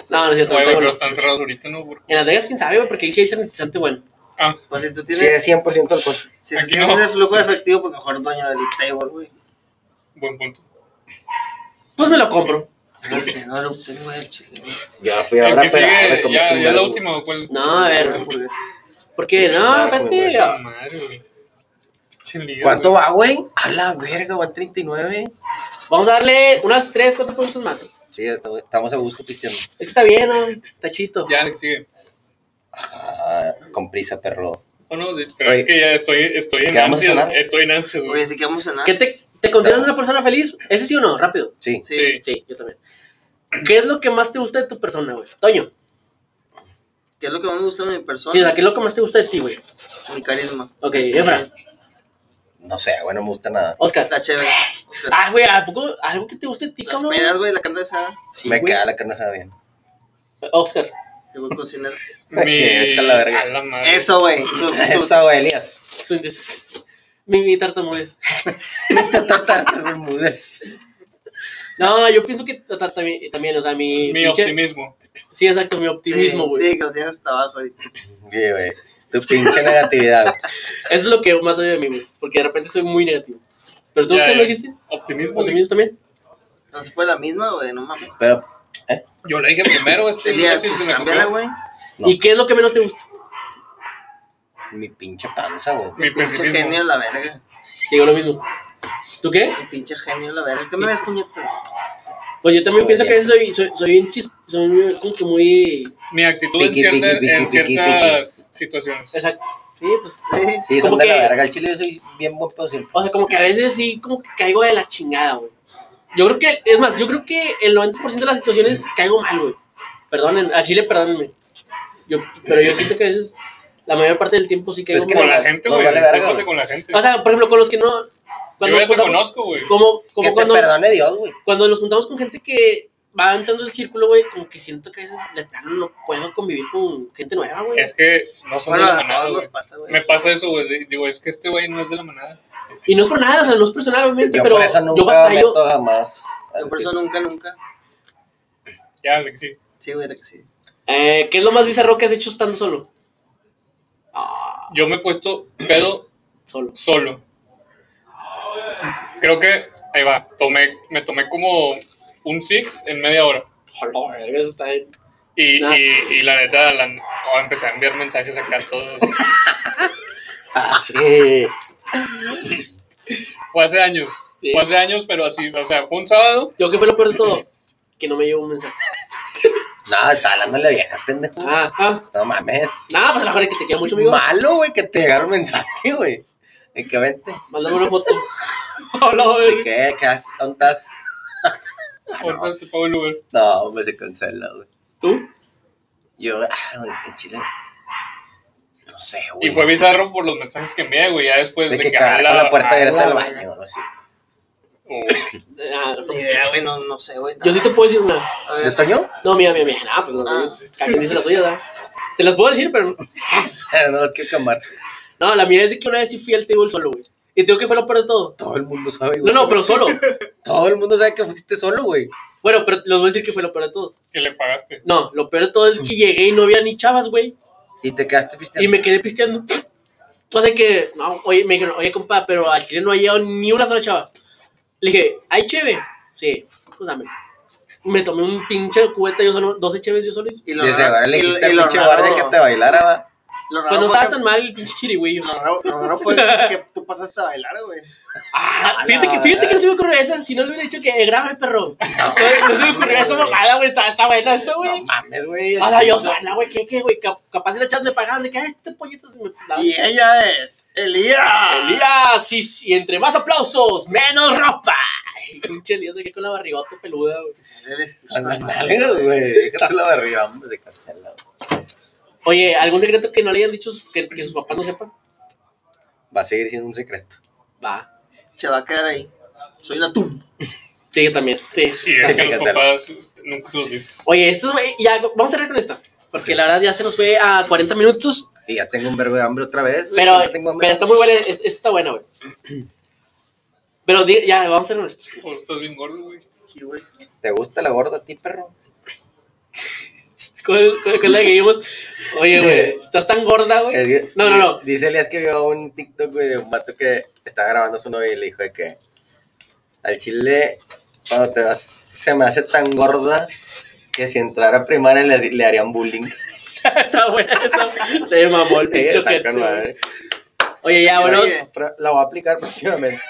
Speaker 2: No, no es cierto. no
Speaker 4: Güey, güey,
Speaker 2: tengo-
Speaker 4: pero están cerrados ahorita, ¿no? Porque-
Speaker 2: En Las Vegas, quién sabe, güey, porque ahí sí hay sanitizante bueno.
Speaker 4: Ah,
Speaker 1: Pues si tú
Speaker 3: Si es
Speaker 1: tienes,
Speaker 3: 100% alcohol.
Speaker 1: si tú
Speaker 4: aquí
Speaker 1: tienes
Speaker 4: no.
Speaker 1: ese flujo de efectivo, pues mejor dueño del table, güey.
Speaker 4: buen punto.
Speaker 2: Pues me lo compro.
Speaker 1: Porque No lo tengo el chile, güey.
Speaker 3: Ya fui
Speaker 4: El
Speaker 3: ahora,
Speaker 4: que
Speaker 3: pero
Speaker 4: sigue, ya, ya la última, ¿o ¿cuál?
Speaker 2: No, a
Speaker 1: Una
Speaker 2: ver,
Speaker 1: hamburguesa.
Speaker 2: porque no,
Speaker 3: Claro,
Speaker 2: espérate.
Speaker 3: güey,
Speaker 4: Esa madre, güey. Sin liga,
Speaker 3: ¿Cuánto
Speaker 4: güey.
Speaker 3: va, güey? A la verga, van 39.
Speaker 2: Vamos a darle unas 3, 4 puntos más. Es
Speaker 3: Sí, estamos estamos a gusto pisteando.
Speaker 2: que está bien, ¿no? Tachito.
Speaker 4: Ya le sigue.
Speaker 3: Ah, con prisa, perro.
Speaker 4: No, no, de- pero
Speaker 3: Oye.
Speaker 4: es que ya estoy, estoy en
Speaker 3: ¿Qué vamos a
Speaker 4: ansias,
Speaker 3: cenar?
Speaker 4: estoy en ansias,
Speaker 1: Oye,
Speaker 4: güey.
Speaker 1: sí que vamos a cenar.
Speaker 2: ¿Qué te, te consideras una persona feliz? ¿Ese sí o no? Rápido.
Speaker 3: Sí.
Speaker 1: Sí.
Speaker 4: Sí.
Speaker 2: Sí, yo también. ¿Qué es lo que más te gusta de tu persona, güey? Toño.
Speaker 1: ¿Qué es lo que más me gusta de mi persona?
Speaker 2: Sí, o sea, ¿qué es lo que más te gusta de ti, güey?
Speaker 1: Mi carisma.
Speaker 2: Ok, Efra.
Speaker 3: No sé, güey, no me gusta nada.
Speaker 2: Oscar.
Speaker 1: Está chévere. Oscar.
Speaker 2: Ah, güey, ¿a poco algo que te guste de ti,
Speaker 1: Las
Speaker 2: cabrón?
Speaker 1: pedas, güey, la carne asada.
Speaker 2: Sí,
Speaker 3: me
Speaker 2: güey.
Speaker 3: queda la carne asada bien.
Speaker 2: Oscar.
Speaker 1: Yo voy a cocinar.
Speaker 4: Mi...
Speaker 3: Que vete a la verga.
Speaker 4: A la madre.
Speaker 1: Eso, güey. Sus- sus-
Speaker 3: Eso, güey, Elías.
Speaker 2: Su indes- Mi, mi tartamudez.
Speaker 3: Tartamudes.
Speaker 2: No, yo pienso que o sea, también, también, o sea, mi.
Speaker 4: Mi
Speaker 2: pinche-
Speaker 4: optimismo.
Speaker 2: Sí, exacto, mi optimismo,
Speaker 1: Sí,
Speaker 2: güey.
Speaker 1: Sí, que lo tienes hasta abajo ahorita.
Speaker 3: Sí, güey. Tu pinche negatividad.
Speaker 2: Eso es lo que más odio de mí, güey. Porque de repente soy muy negativo. ¿Pero tú
Speaker 4: Ya,
Speaker 2: qué lo
Speaker 4: ya.
Speaker 2: dijiste?
Speaker 4: Optimismo.
Speaker 2: ¿Optimismo también?
Speaker 1: Entonces fue la misma, güey, no mames.
Speaker 3: Pero,
Speaker 4: Yo la dije primero, este
Speaker 1: Elías,
Speaker 4: imbécil se me
Speaker 1: cámbiala,
Speaker 4: copió.
Speaker 1: güey.
Speaker 3: No.
Speaker 2: ¿Y qué es lo que menos te gusta?
Speaker 3: mi pinche panza, güey.
Speaker 4: Mi
Speaker 1: Pinche genio
Speaker 4: pesimismo.
Speaker 1: de la verga.
Speaker 2: Sigo lo mismo. ¿Tú qué?
Speaker 1: El pinche genio de la verga. ¿Qué
Speaker 2: Sí.
Speaker 1: me ves, puñetas?
Speaker 2: Pues yo también
Speaker 3: Muy
Speaker 2: pienso que a
Speaker 3: bien.
Speaker 2: veces soy, soy, soy un chis, soy muy- como que muy...
Speaker 4: Mi actitud
Speaker 3: Piqui,
Speaker 4: en, cierta-
Speaker 3: piqui, piqui,
Speaker 4: en
Speaker 3: piqui,
Speaker 4: ciertas situaciones.
Speaker 2: Exacto. Sí, pues...
Speaker 1: Sí.
Speaker 3: Sí,
Speaker 2: ¿Cómo
Speaker 3: son de la
Speaker 2: que?
Speaker 3: verga. El chile yo soy bien buen pedo siempre.
Speaker 2: O sea, como que a veces sí, como que caigo de la chingada, güey. Yo creo que, es más, yo creo que el 90% de las situaciones caigo mal, güey. Perdonen, al chile, perdónenme. Yo, pero yo siento que a veces, la mayor parte del tiempo sí caigo
Speaker 3: Es que
Speaker 2: mal.
Speaker 4: Con la
Speaker 3: no-
Speaker 4: gente,
Speaker 3: no
Speaker 4: güey.
Speaker 3: vale verga,
Speaker 4: Respétate
Speaker 3: güey.
Speaker 4: con la gente.
Speaker 2: O sea, por ejemplo, con los que no...
Speaker 4: Yo ya te
Speaker 2: juntamos-
Speaker 4: conozco, güey.
Speaker 2: Como,
Speaker 3: Que
Speaker 2: como
Speaker 3: te
Speaker 2: cuando,
Speaker 3: perdone Dios, güey.
Speaker 2: cuando nos juntamos con gente que va entrando el círculo, güey, como que siento que a veces de plano no puedo convivir con gente nueva, güey.
Speaker 4: Es que no somos
Speaker 1: Bueno,
Speaker 4: de la
Speaker 1: a
Speaker 4: manada,
Speaker 1: todos
Speaker 4: güey.
Speaker 1: nos pasa, güey.
Speaker 4: Me pasa eso, güey. Digo, es que este güey no es de la manada.
Speaker 2: Y no es por nada, o sea, no es personal, obviamente,
Speaker 3: Yo
Speaker 2: pero
Speaker 3: por eso
Speaker 2: yo
Speaker 3: nunca
Speaker 2: batallo.
Speaker 3: meto jamás.
Speaker 1: Yo por eso nunca, nunca.
Speaker 4: Ya, Alex, sí.
Speaker 1: Sí, güey, que sí.
Speaker 2: Eh, ¿Qué es lo más bizarro que has hecho estando solo?
Speaker 4: Yo me he puesto pedo
Speaker 2: Solo.
Speaker 4: solo. Creo que, ahí va, tomé, me tomé como un six en media hora.
Speaker 2: Joder, eso está bien.
Speaker 4: Y,
Speaker 2: Ah.
Speaker 4: y, y la neta, la- oh, empecé a enviar mensajes acá a todos.
Speaker 3: Ah, sí.
Speaker 4: Fue hace años.
Speaker 2: Sí.
Speaker 4: Fue hace años, pero así, o sea, fue un sábado.
Speaker 2: Yo que fue lo peor de todo, que no me llegó un mensaje.
Speaker 3: No, está hablando de viejas, pendejo.
Speaker 2: Ah, ah.
Speaker 3: No mames.
Speaker 2: Nada, pues a lo mejor es que te quiero mucho, amigo.
Speaker 3: Malo, güey, que te llegaron mensaje, güey. De que vente.
Speaker 2: Mándame una foto. Hola, güey.
Speaker 3: ¿De qué? ¿Qué haces? ¿Dónde estás?
Speaker 4: Ahorita te pago el lugar.
Speaker 3: No, pues se cancela, güey.
Speaker 2: ¿Tú?
Speaker 3: Yo, ah, güey, en Chile. No sé, güey.
Speaker 4: Y fue bizarro por los mensajes que envié, güey. Ya después
Speaker 3: De
Speaker 4: de,
Speaker 3: que
Speaker 4: ah,
Speaker 3: cagar con la puerta
Speaker 4: ah,
Speaker 3: abierta
Speaker 2: la
Speaker 3: del
Speaker 2: verga.
Speaker 3: baño, no sé.
Speaker 4: oh,
Speaker 2: Ah, no.
Speaker 1: Ni idea, güey, no, no sé, güey.
Speaker 2: Yo sí te puedo decir una.
Speaker 1: A
Speaker 3: ¿De
Speaker 1: ver,
Speaker 3: Toño?
Speaker 2: No, mira, mira, mira. Ah, pues no, no. Cada quien dice la suya, ¿verdad? Se las puedo decir, pero.
Speaker 3: no las quiero camar.
Speaker 2: No, la mía es de que una vez sí fui al table solo, güey. Y tengo que fue lo peor de todo.
Speaker 3: Todo el mundo sabe,
Speaker 2: No,
Speaker 3: güey.
Speaker 2: no, pero solo.
Speaker 3: Todo el mundo sabe que fuiste solo, güey.
Speaker 2: Bueno, pero les voy a decir que fue lo peor de todo.
Speaker 4: que le pagaste.
Speaker 2: No, lo peor de todo es que llegué y no había ni chavas, güey.
Speaker 3: Y te quedaste
Speaker 2: Y
Speaker 3: pisteando.
Speaker 2: me quedé pisteando. O sea que, no, oye, me dijeron, oye, compa, pero a Chile no ha llegado ni una sola chava. Le dije, ¿hay cheve? Sí, pues dame. Me tomé un pinche cubeta yo solo, 12 cheves yo solo. Pues y-
Speaker 1: y
Speaker 3: Y
Speaker 1: lo
Speaker 3: ese
Speaker 1: raro-
Speaker 3: ahora le
Speaker 1: y-
Speaker 3: dijiste
Speaker 1: y
Speaker 3: al
Speaker 1: lo
Speaker 3: pinche
Speaker 1: raro-
Speaker 3: guardia que te bailara, va.
Speaker 1: Lo raro
Speaker 2: Pues no
Speaker 1: fue
Speaker 2: estaba
Speaker 1: que-
Speaker 2: tan mal el pinche chirigüillo.
Speaker 1: Lo raro, lo raro fue que, que tú pasaste a bailar, güey.
Speaker 2: Ah, fíjate que, fíjate que no se me ocurrió esa. Si no le hubiera dicho que eh, graba el perro. No, se me ocurrió esa mamada, güey. Está, está buena eso,
Speaker 3: No
Speaker 2: güey.
Speaker 3: mames, güey.
Speaker 2: O sea, yo sola, güey. ¿Qué, qué, güey? Cap- Capaz de la chat me pagaban de que "Ay, este pollito se me daba.
Speaker 1: Y ella es Elías.
Speaker 2: Elías, sí, sí, entre más aplausos, menos ropa. El pinche Elías de que con la barrigota peluda, güey.
Speaker 1: Eres
Speaker 3: A las nalgas, güey. Déjate la barriga, hombre, se cancela, güey.
Speaker 2: Oye, ¿algún secreto que no le hayas dicho sus- que, que sus papás no sepan?
Speaker 3: Va a seguir siendo un secreto.
Speaker 2: Va.
Speaker 1: Se va a quedar ahí. Soy una tumba.
Speaker 2: Sí, yo también. Sí.
Speaker 4: Sí, es que
Speaker 3: Sí,
Speaker 4: los
Speaker 3: que te la-
Speaker 4: papás este, nunca se los dices.
Speaker 2: Oye, esto, güey, ya, vamos a cerrar con esta. Porque la verdad ya se nos fue a 40 minutos,
Speaker 3: Y ya tengo un verbo de hambre otra vez, güey.
Speaker 2: pero,
Speaker 3: si no tengo hambre.
Speaker 2: pero está muy buena, es- es- está buena, güey. Pero di- ya, vamos a cerrar con esto.
Speaker 4: Oh, estás bien gordo, güey.
Speaker 1: Sí, güey.
Speaker 3: ¿Te gusta la gorda a ti, perro?
Speaker 2: ¿Cuál, cuál- cuál es la que vimos? Oye, güey, estás tan gorda, güey.
Speaker 3: Es-
Speaker 2: No, no, no.
Speaker 3: Dice Elías que vio un TikTok, güey, de un vato que estaba grabando a su novia y le dijo de que al chile, cuando te vas, se me hace tan gorda que si entrara a primaria le, le harían bullying.
Speaker 2: está buena eso. Se mamó el
Speaker 3: Ella
Speaker 2: pinche
Speaker 3: está eh.
Speaker 2: ojete,
Speaker 3: con
Speaker 2: güey.
Speaker 3: madre.
Speaker 2: Oye, ya, bueno,
Speaker 1: Oye.
Speaker 3: Pero La voy a aplicar próximamente.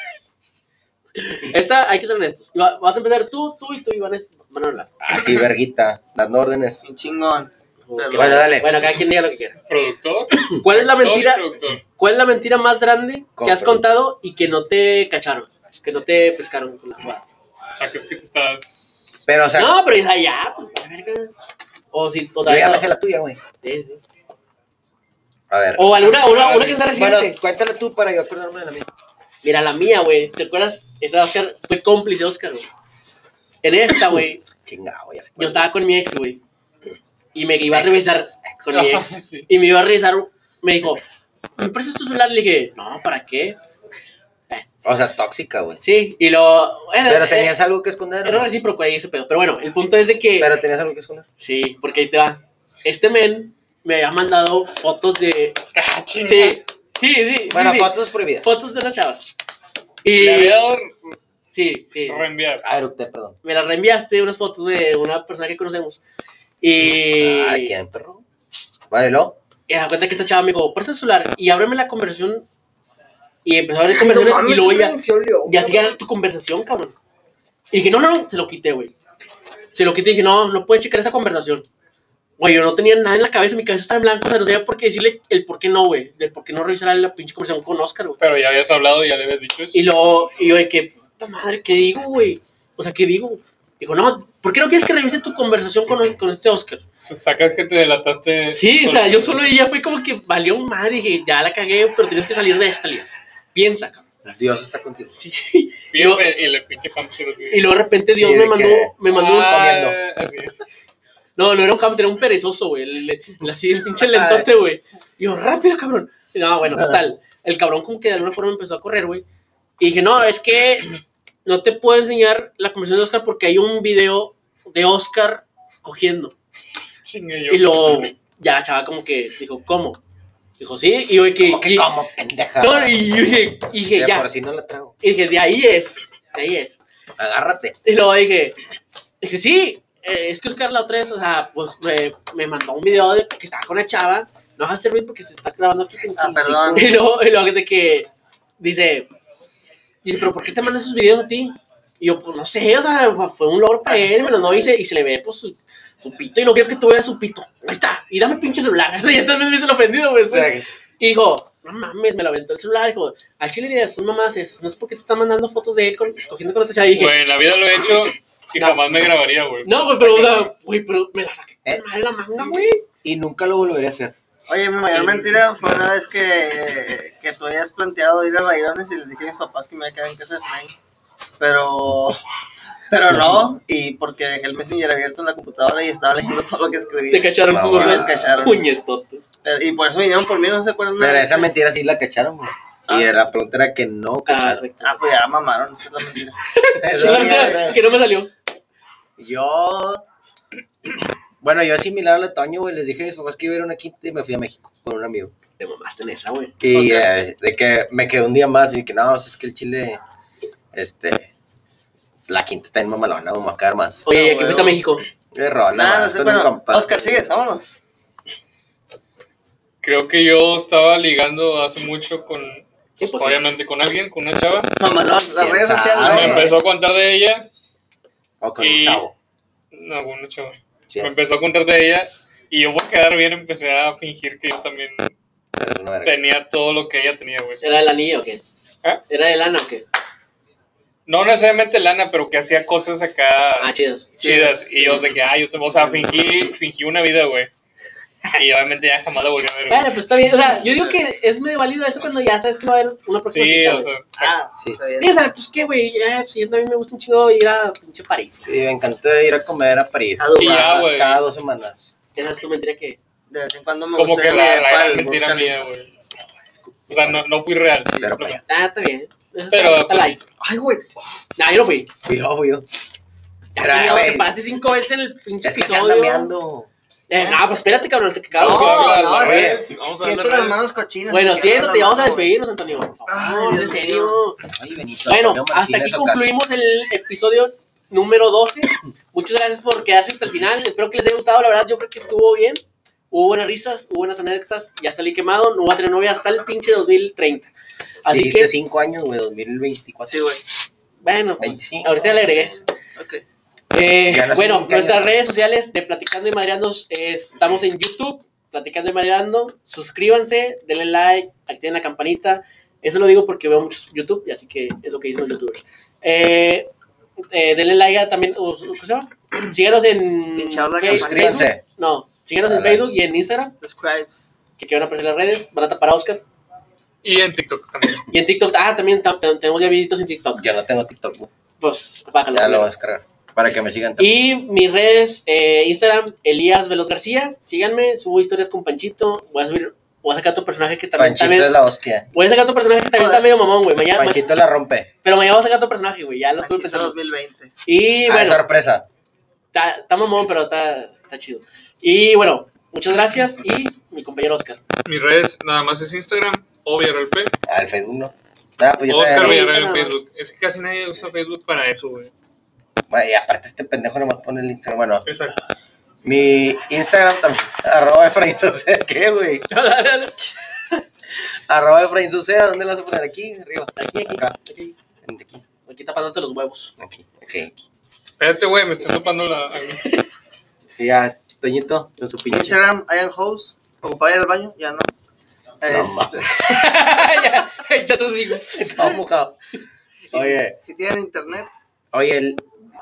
Speaker 2: esta hay que ser honestos. Iba- Vas a empezar tú, tú y tú, Iván, es- van a hablar.
Speaker 3: Así, verguita, dando órdenes.
Speaker 1: Un chingón.
Speaker 2: Ok,
Speaker 3: Bueno, dale.
Speaker 2: Bueno, cada quien diga lo que quiera.
Speaker 4: ¿Productor?
Speaker 2: ¿Cuál es la
Speaker 4: actor y
Speaker 2: mentira,
Speaker 4: productor.
Speaker 2: cuál es la mentira más grande que has
Speaker 3: Compro.
Speaker 2: contado y que no te cacharon? Que no te pescaron con la jugada.
Speaker 4: Saques que te estás.
Speaker 3: Pero, o sea,
Speaker 2: no, pero ya, ya, pues, la verga. O si
Speaker 3: yo
Speaker 2: todavía
Speaker 3: ya me
Speaker 2: no.
Speaker 3: sé la tuya, güey.
Speaker 2: Sí, sí.
Speaker 3: A ver.
Speaker 2: O alguna, una, una que sea reciente.
Speaker 3: Bueno, cuéntala tú para yo acordarme de la mía.
Speaker 2: Mira, la mía, güey. ¿Te acuerdas? Esa Oscar fue cómplice de Oscar, güey. En esta, güey,
Speaker 3: Chingado, ya sé.
Speaker 2: yo estaba con mi ex, güey. y me iba a revisar con mi ex.
Speaker 4: Sí.
Speaker 2: Y me iba a revisar, me dijo, ¿me prestas tu celular? Le dije, no, ¿para qué?
Speaker 3: O sea, tóxica, güey.
Speaker 2: Sí, y lo... Bueno,
Speaker 3: Pero
Speaker 2: eh,
Speaker 3: tenías algo que esconder.
Speaker 2: Era
Speaker 3: ¿no?
Speaker 2: recíproco ahí ese pedo. Pero bueno, el punto es de que...
Speaker 3: Pero tenías algo que esconder.
Speaker 2: Sí, porque ahí te va. Este men me ha mandado fotos de...
Speaker 4: Ah,
Speaker 2: Sí,
Speaker 4: chinga.
Speaker 2: sí, sí. sí,
Speaker 3: Bueno,
Speaker 2: sí.
Speaker 3: fotos prohibidas.
Speaker 2: Fotos de las chavas. Y...
Speaker 4: Le había dado
Speaker 2: Sí, sí.
Speaker 4: reenviar.
Speaker 3: Ah, eructé, perdón.
Speaker 2: Me las reenviaste unas fotos de una persona que conocemos. Y...
Speaker 3: Ah, ¿quién, perro? Vale, ¿no?
Speaker 2: Y me da cuenta que esta chava me dijo, presta el celular y ábreme la conversación. Y empezó a abrir
Speaker 1: Ay, no
Speaker 2: conversaciones
Speaker 1: mames,
Speaker 2: y luego
Speaker 1: sí
Speaker 2: ya,
Speaker 1: me enciolió,
Speaker 2: ya
Speaker 1: güey.
Speaker 2: sigue tu conversación, cabrón. Y dije, no, no, no, se lo quité, güey. Se lo quité y dije, no, no puedes checar esa conversación. Güey, yo no tenía nada en la cabeza, mi cabeza estaba en blanco, o sea, no sabía por qué decirle el por qué no, güey. De por qué no revisar la pinche conversación con Oscar, güey.
Speaker 4: Pero ya habías hablado, ya le habías dicho eso.
Speaker 2: Y luego, y yo, de que, puta madre, ¿qué digo, güey? O sea, ¿qué digo? Dijo, no, ¿por qué no quieres que revise tu conversación con, con este Oscar?
Speaker 4: Se saca que te delataste.
Speaker 2: Sí, o sea, yo solo ella fue como que valió madre y dije, ya la cagué, pero tienes que salir de esta, Elías. Piensa, cabrón.
Speaker 3: Dios está contigo.
Speaker 2: Sí.
Speaker 4: Piensa y le pinche hamster así.
Speaker 2: Y luego de repente Dios
Speaker 3: Sí,
Speaker 2: me
Speaker 3: de
Speaker 2: mandó,
Speaker 3: que-
Speaker 2: me mandó un...
Speaker 4: Ah, así es.
Speaker 2: No, no era un hamster, era un perezoso, güey. el- el- Así, el pinche lentote, güey. Y yo, rápido, cabrón. Y no, bueno, total. El cabrón como que de alguna forma empezó a correr, güey. Y dije, no, es que no te puedo enseñar la conversación de Oscar porque hay un video de Oscar cogiendo.
Speaker 4: Chinga yo.
Speaker 2: Y luego ya la chava como que dijo, ¿cómo? Dijo, sí. Y yo, de que...
Speaker 3: ¿Cómo que
Speaker 2: y-
Speaker 3: como, pendeja?
Speaker 2: No, y yo dije, y
Speaker 3: Que
Speaker 2: dije ya.
Speaker 3: por si no la trago.
Speaker 2: Y dije, de ahí es, de ahí es.
Speaker 3: Agárrate.
Speaker 2: Y luego dije, dije, sí, eh, es que Oscar la otra vez, o sea, pues me, me mandó un video de que estaba con la chava, no vas a servir porque se está grabando aquí. con-
Speaker 1: Ah, perdón.
Speaker 2: Y luego, y luego de que, dice, dice, pero ¿por qué te mandan esos videos a ti? Y yo, pues no sé, o sea, fue un logro para él, me lo no, y se, y se le ve, pues, su, su pito, y no quiero que tú veas su pito. Ahí está, y dame pinche celular. ya también me hice el ofendido, pues. Y dijo, no mames, me lo aventó el celular. Dijo, al chile le son mamás esas. No es porque te están mandando fotos de él con- cogiendo con otra chava. Y dije,
Speaker 4: Güey, en la vida lo he hecho y
Speaker 2: No.
Speaker 4: jamás me grabaría, güey.
Speaker 2: no, güey, pero, o sea, güey, pero me la saqué con
Speaker 3: Eh.
Speaker 2: madre de la manga, güey.
Speaker 3: Y nunca lo volveré a hacer.
Speaker 1: Oye, mi mayor mentira fue una vez que, que tú habías planteado ir a Rayones y les dije a mis papás que me iba a quedar en casa de Frank. Pero, pero no, y porque dejé el Messenger abierto en la computadora y estaba leyendo todo lo que escribí.
Speaker 2: Te cacharon
Speaker 3: Ah,
Speaker 2: tus
Speaker 3: bueno,
Speaker 2: mamás.
Speaker 1: me cacharon.
Speaker 2: Puñetote.
Speaker 1: Pero- y por eso vinieron por mí, no se acuerdan
Speaker 3: Pero
Speaker 1: de
Speaker 3: esa mentira sí la cacharon, güey. Y la pregunta era que no
Speaker 2: Ah,
Speaker 3: cacharon. Ah,
Speaker 2: exacto.
Speaker 1: Ah, pues ya mamaron, esa es la mentira.
Speaker 2: Sí, la verdad, que no me salió.
Speaker 3: Yo. Bueno, yo similar al otoño, güey. Les dije a mis papás que iba a ir a una quinta y me fui a México con un amigo.
Speaker 2: Te mamaste en esa, güey.
Speaker 3: Y
Speaker 2: O sea,
Speaker 3: eh, de que me quedé un día más y que no, es que el chile. Este. La quinta está en mamalona, vamos a quedar más.
Speaker 2: Oye, ¿y a
Speaker 1: no,
Speaker 2: qué
Speaker 1: güey.
Speaker 2: fuiste a México?
Speaker 3: Eh, rola,
Speaker 1: Nada, no
Speaker 3: más,
Speaker 1: sé,
Speaker 3: con un
Speaker 1: bueno,
Speaker 3: compa.
Speaker 1: Oscar, sigues, vámonos.
Speaker 4: Creo que yo estaba ligando hace mucho con,
Speaker 2: Sí, pues. sí.
Speaker 4: obviamente con alguien, con una chava.
Speaker 1: Mamalón, las
Speaker 3: ¿Quién
Speaker 1: redes
Speaker 3: sabe?
Speaker 4: Me
Speaker 1: sociales. ¿no?
Speaker 4: empezó a contar de ella.
Speaker 3: O con un
Speaker 4: y-
Speaker 3: chavo.
Speaker 4: No, bueno, chava.
Speaker 3: Sí,
Speaker 4: Me empezó a contar de ella y yo por quedar bien empecé a fingir que yo también
Speaker 3: pero es una verga.
Speaker 4: tenía todo lo que ella tenía, güey.
Speaker 2: ¿Era de lana o qué?
Speaker 4: ¿Eh?
Speaker 2: ¿Era de lana o qué?
Speaker 4: No necesariamente lana, pero que hacía cosas acá
Speaker 2: Ah, chidas.
Speaker 4: chidas.
Speaker 1: sí.
Speaker 4: Y yo de que, ah, yo te, o sea, fingí, fingí una vida, güey. Y obviamente ya jamás la volví a ver. güey.
Speaker 2: Bueno, pues está bien. O sea, yo digo que es medio válido eso cuando ya sabes que va a haber una próxima
Speaker 4: Sí,
Speaker 2: cita,
Speaker 4: o
Speaker 2: güey.
Speaker 4: sea, sa-
Speaker 1: Ah,
Speaker 3: Sí.
Speaker 1: sí, está bien.
Speaker 2: Sí, o sea, pues qué, güey. Eh, pues, yo también me gusta un chingo ir a pinche París.
Speaker 3: Sí, me encanta ir a comer a París.
Speaker 1: A Dubái.
Speaker 3: Cada-
Speaker 4: Y ya, güey.
Speaker 3: Cada dos semanas.
Speaker 2: Esa es tu mentira que.
Speaker 1: De vez en cuando me
Speaker 4: como
Speaker 1: gusta
Speaker 4: que
Speaker 1: ir
Speaker 4: la,
Speaker 1: de
Speaker 4: la gran
Speaker 1: pal,
Speaker 4: mentira
Speaker 1: buscan-
Speaker 4: mía, güey. O sea, no, no fui real.
Speaker 3: Pero pues,
Speaker 4: simplemente.
Speaker 2: Ah, está bien. Eso
Speaker 4: Pero- pues,
Speaker 2: está, está like.
Speaker 1: Ay, güey,
Speaker 2: Nah, yo no fui.
Speaker 3: Fui yo, fui yo.
Speaker 2: Ya
Speaker 3: Era,
Speaker 2: te digo,
Speaker 3: güey.
Speaker 2: te paraste cinco veces en el pinche
Speaker 3: Es que se
Speaker 2: episodio.
Speaker 3: anda meando.
Speaker 2: Eh, no, pues espérate, cabrón, se que
Speaker 1: No,
Speaker 4: Vamos
Speaker 2: cagó.
Speaker 4: a hablar de
Speaker 1: Ah, no,
Speaker 4: las
Speaker 1: es que
Speaker 4: redes, vamos a hablar
Speaker 1: siento
Speaker 4: de
Speaker 1: las
Speaker 4: redes.
Speaker 1: manos cochinas.
Speaker 2: Bueno,
Speaker 1: porque no
Speaker 2: siéntate,
Speaker 1: las
Speaker 2: vamos a
Speaker 1: manos, güey.
Speaker 2: despedirnos, Antonio.
Speaker 1: Ay,
Speaker 2: No, en
Speaker 1: Dios mío.
Speaker 2: serio.
Speaker 3: Ay, Benito
Speaker 2: Bueno,
Speaker 3: Antonio
Speaker 2: hasta
Speaker 3: Martínez
Speaker 2: aquí
Speaker 3: Ocasio.
Speaker 2: concluimos el episodio número 12. Muchas gracias por quedarse hasta el final. Espero que les haya gustado. La verdad, yo creo que estuvo bien. Hubo buenas risas, hubo buenas anécdotas. Ya salí quemado. No voy a tener novia hasta el pinche 2030. Así
Speaker 3: Dijiste
Speaker 2: que,
Speaker 3: cinco años, güey, 2024.
Speaker 1: Sí, güey.
Speaker 2: bueno, pues,
Speaker 3: 25.
Speaker 2: ahorita le agregué.
Speaker 1: Ok.
Speaker 2: Eh,
Speaker 3: Ya no sé
Speaker 2: bueno,
Speaker 3: con qué
Speaker 2: nuestras
Speaker 3: año.
Speaker 2: redes sociales de Platicando y Madreando eh, estamos en YouTube, Platicando y Madreando. Suscríbanse, denle like, activen la campanita. Eso lo digo porque veo muchos YouTube y así que es lo que dicen los youtubers. Eh, eh, denle like a también. o- o- ¿Cómo se llama? Síganos en.
Speaker 1: Pinchar la campanita.
Speaker 2: Fe- Facebook.
Speaker 3: Suscríbanse.
Speaker 2: No, síganos en
Speaker 3: Dale.
Speaker 2: Facebook y en Instagram,
Speaker 1: Describes.
Speaker 2: que aquí van a aparecer las redes. Van a tapar a Oscar.
Speaker 4: Y en TikTok también.
Speaker 2: Y en TikTok. Ah, también tam- tam- tenemos ya videitos en TikTok.
Speaker 3: Yo no tengo TikTok, güey.
Speaker 2: Pues bájalo.
Speaker 3: Ya lo voy a descargar. para que me sigan también.
Speaker 2: Y mis redes, eh, Instagram, Elías Veloz García. Síganme, subo historias con Panchito. Voy a subir, voy a sacar otro personaje que también
Speaker 3: Panchito
Speaker 2: está medio.
Speaker 3: es la hostia.
Speaker 2: Voy a sacar otro personaje que también está medio mamón, güey. Mañana, ma-
Speaker 3: Panchito la rompe.
Speaker 2: pero mañana voy a sacar otro personaje, güey. Ya lo estuve
Speaker 1: Panchito
Speaker 2: pensando.
Speaker 1: 2020.
Speaker 2: Y
Speaker 3: Ah,
Speaker 2: bueno,
Speaker 3: sorpresa.
Speaker 2: está, está mamón, pero está, está chido. Y bueno, muchas gracias. Y mi compañero Oscar.
Speaker 4: Mis redes nada más es Instagram, o Villarreal P,
Speaker 3: Al Facebook no. Nah, pues yo
Speaker 4: o Oscar
Speaker 3: también-
Speaker 4: Villarreal en
Speaker 2: no.
Speaker 4: Facebook. Es que casi nadie usa Facebook para eso, güey.
Speaker 3: Bueno, Y aparte este pendejo nomás pone el Instagram. Bueno,
Speaker 4: Exacto.
Speaker 3: mi Instagram también. Arroba Efraín Sauceda. ¿Qué, güey? Arroba Efraín Sauceda. ¿Dónde lo vas a poner? ¿Aquí? ¿Arriba?
Speaker 2: Aquí, aquí,
Speaker 3: Acá.
Speaker 2: aquí.
Speaker 3: Aquí.
Speaker 2: Aquí tapándote los huevos.
Speaker 3: Aquí. Aquí.
Speaker 4: Espérate, güey, me estás topando la.
Speaker 3: Y ya, Toñito, con su pinche.
Speaker 1: Instagram, Ian House. Ocupada ir al baño, ya no. Este,
Speaker 2: ya, ya te sigo.
Speaker 3: Todo mojado. Oye,
Speaker 1: si tienen internet,
Speaker 3: oye, el,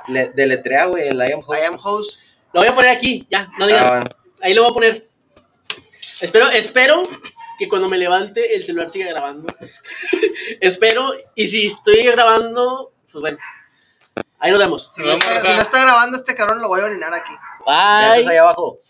Speaker 3: le, deletrea, güey, el I am Hope.
Speaker 1: I am House.
Speaker 2: Lo voy a poner aquí, ya, no digas.
Speaker 3: Ah, bueno.
Speaker 2: Ahí lo voy a poner. Espero, espero que cuando me levante el celular siga grabando. espero. Y si estoy grabando, pues bueno. Ahí nos vemos.
Speaker 1: Si no, está, si no está grabando este cabrón, lo voy a orinar aquí.
Speaker 3: Besos
Speaker 2: Bye.
Speaker 3: ahí abajo.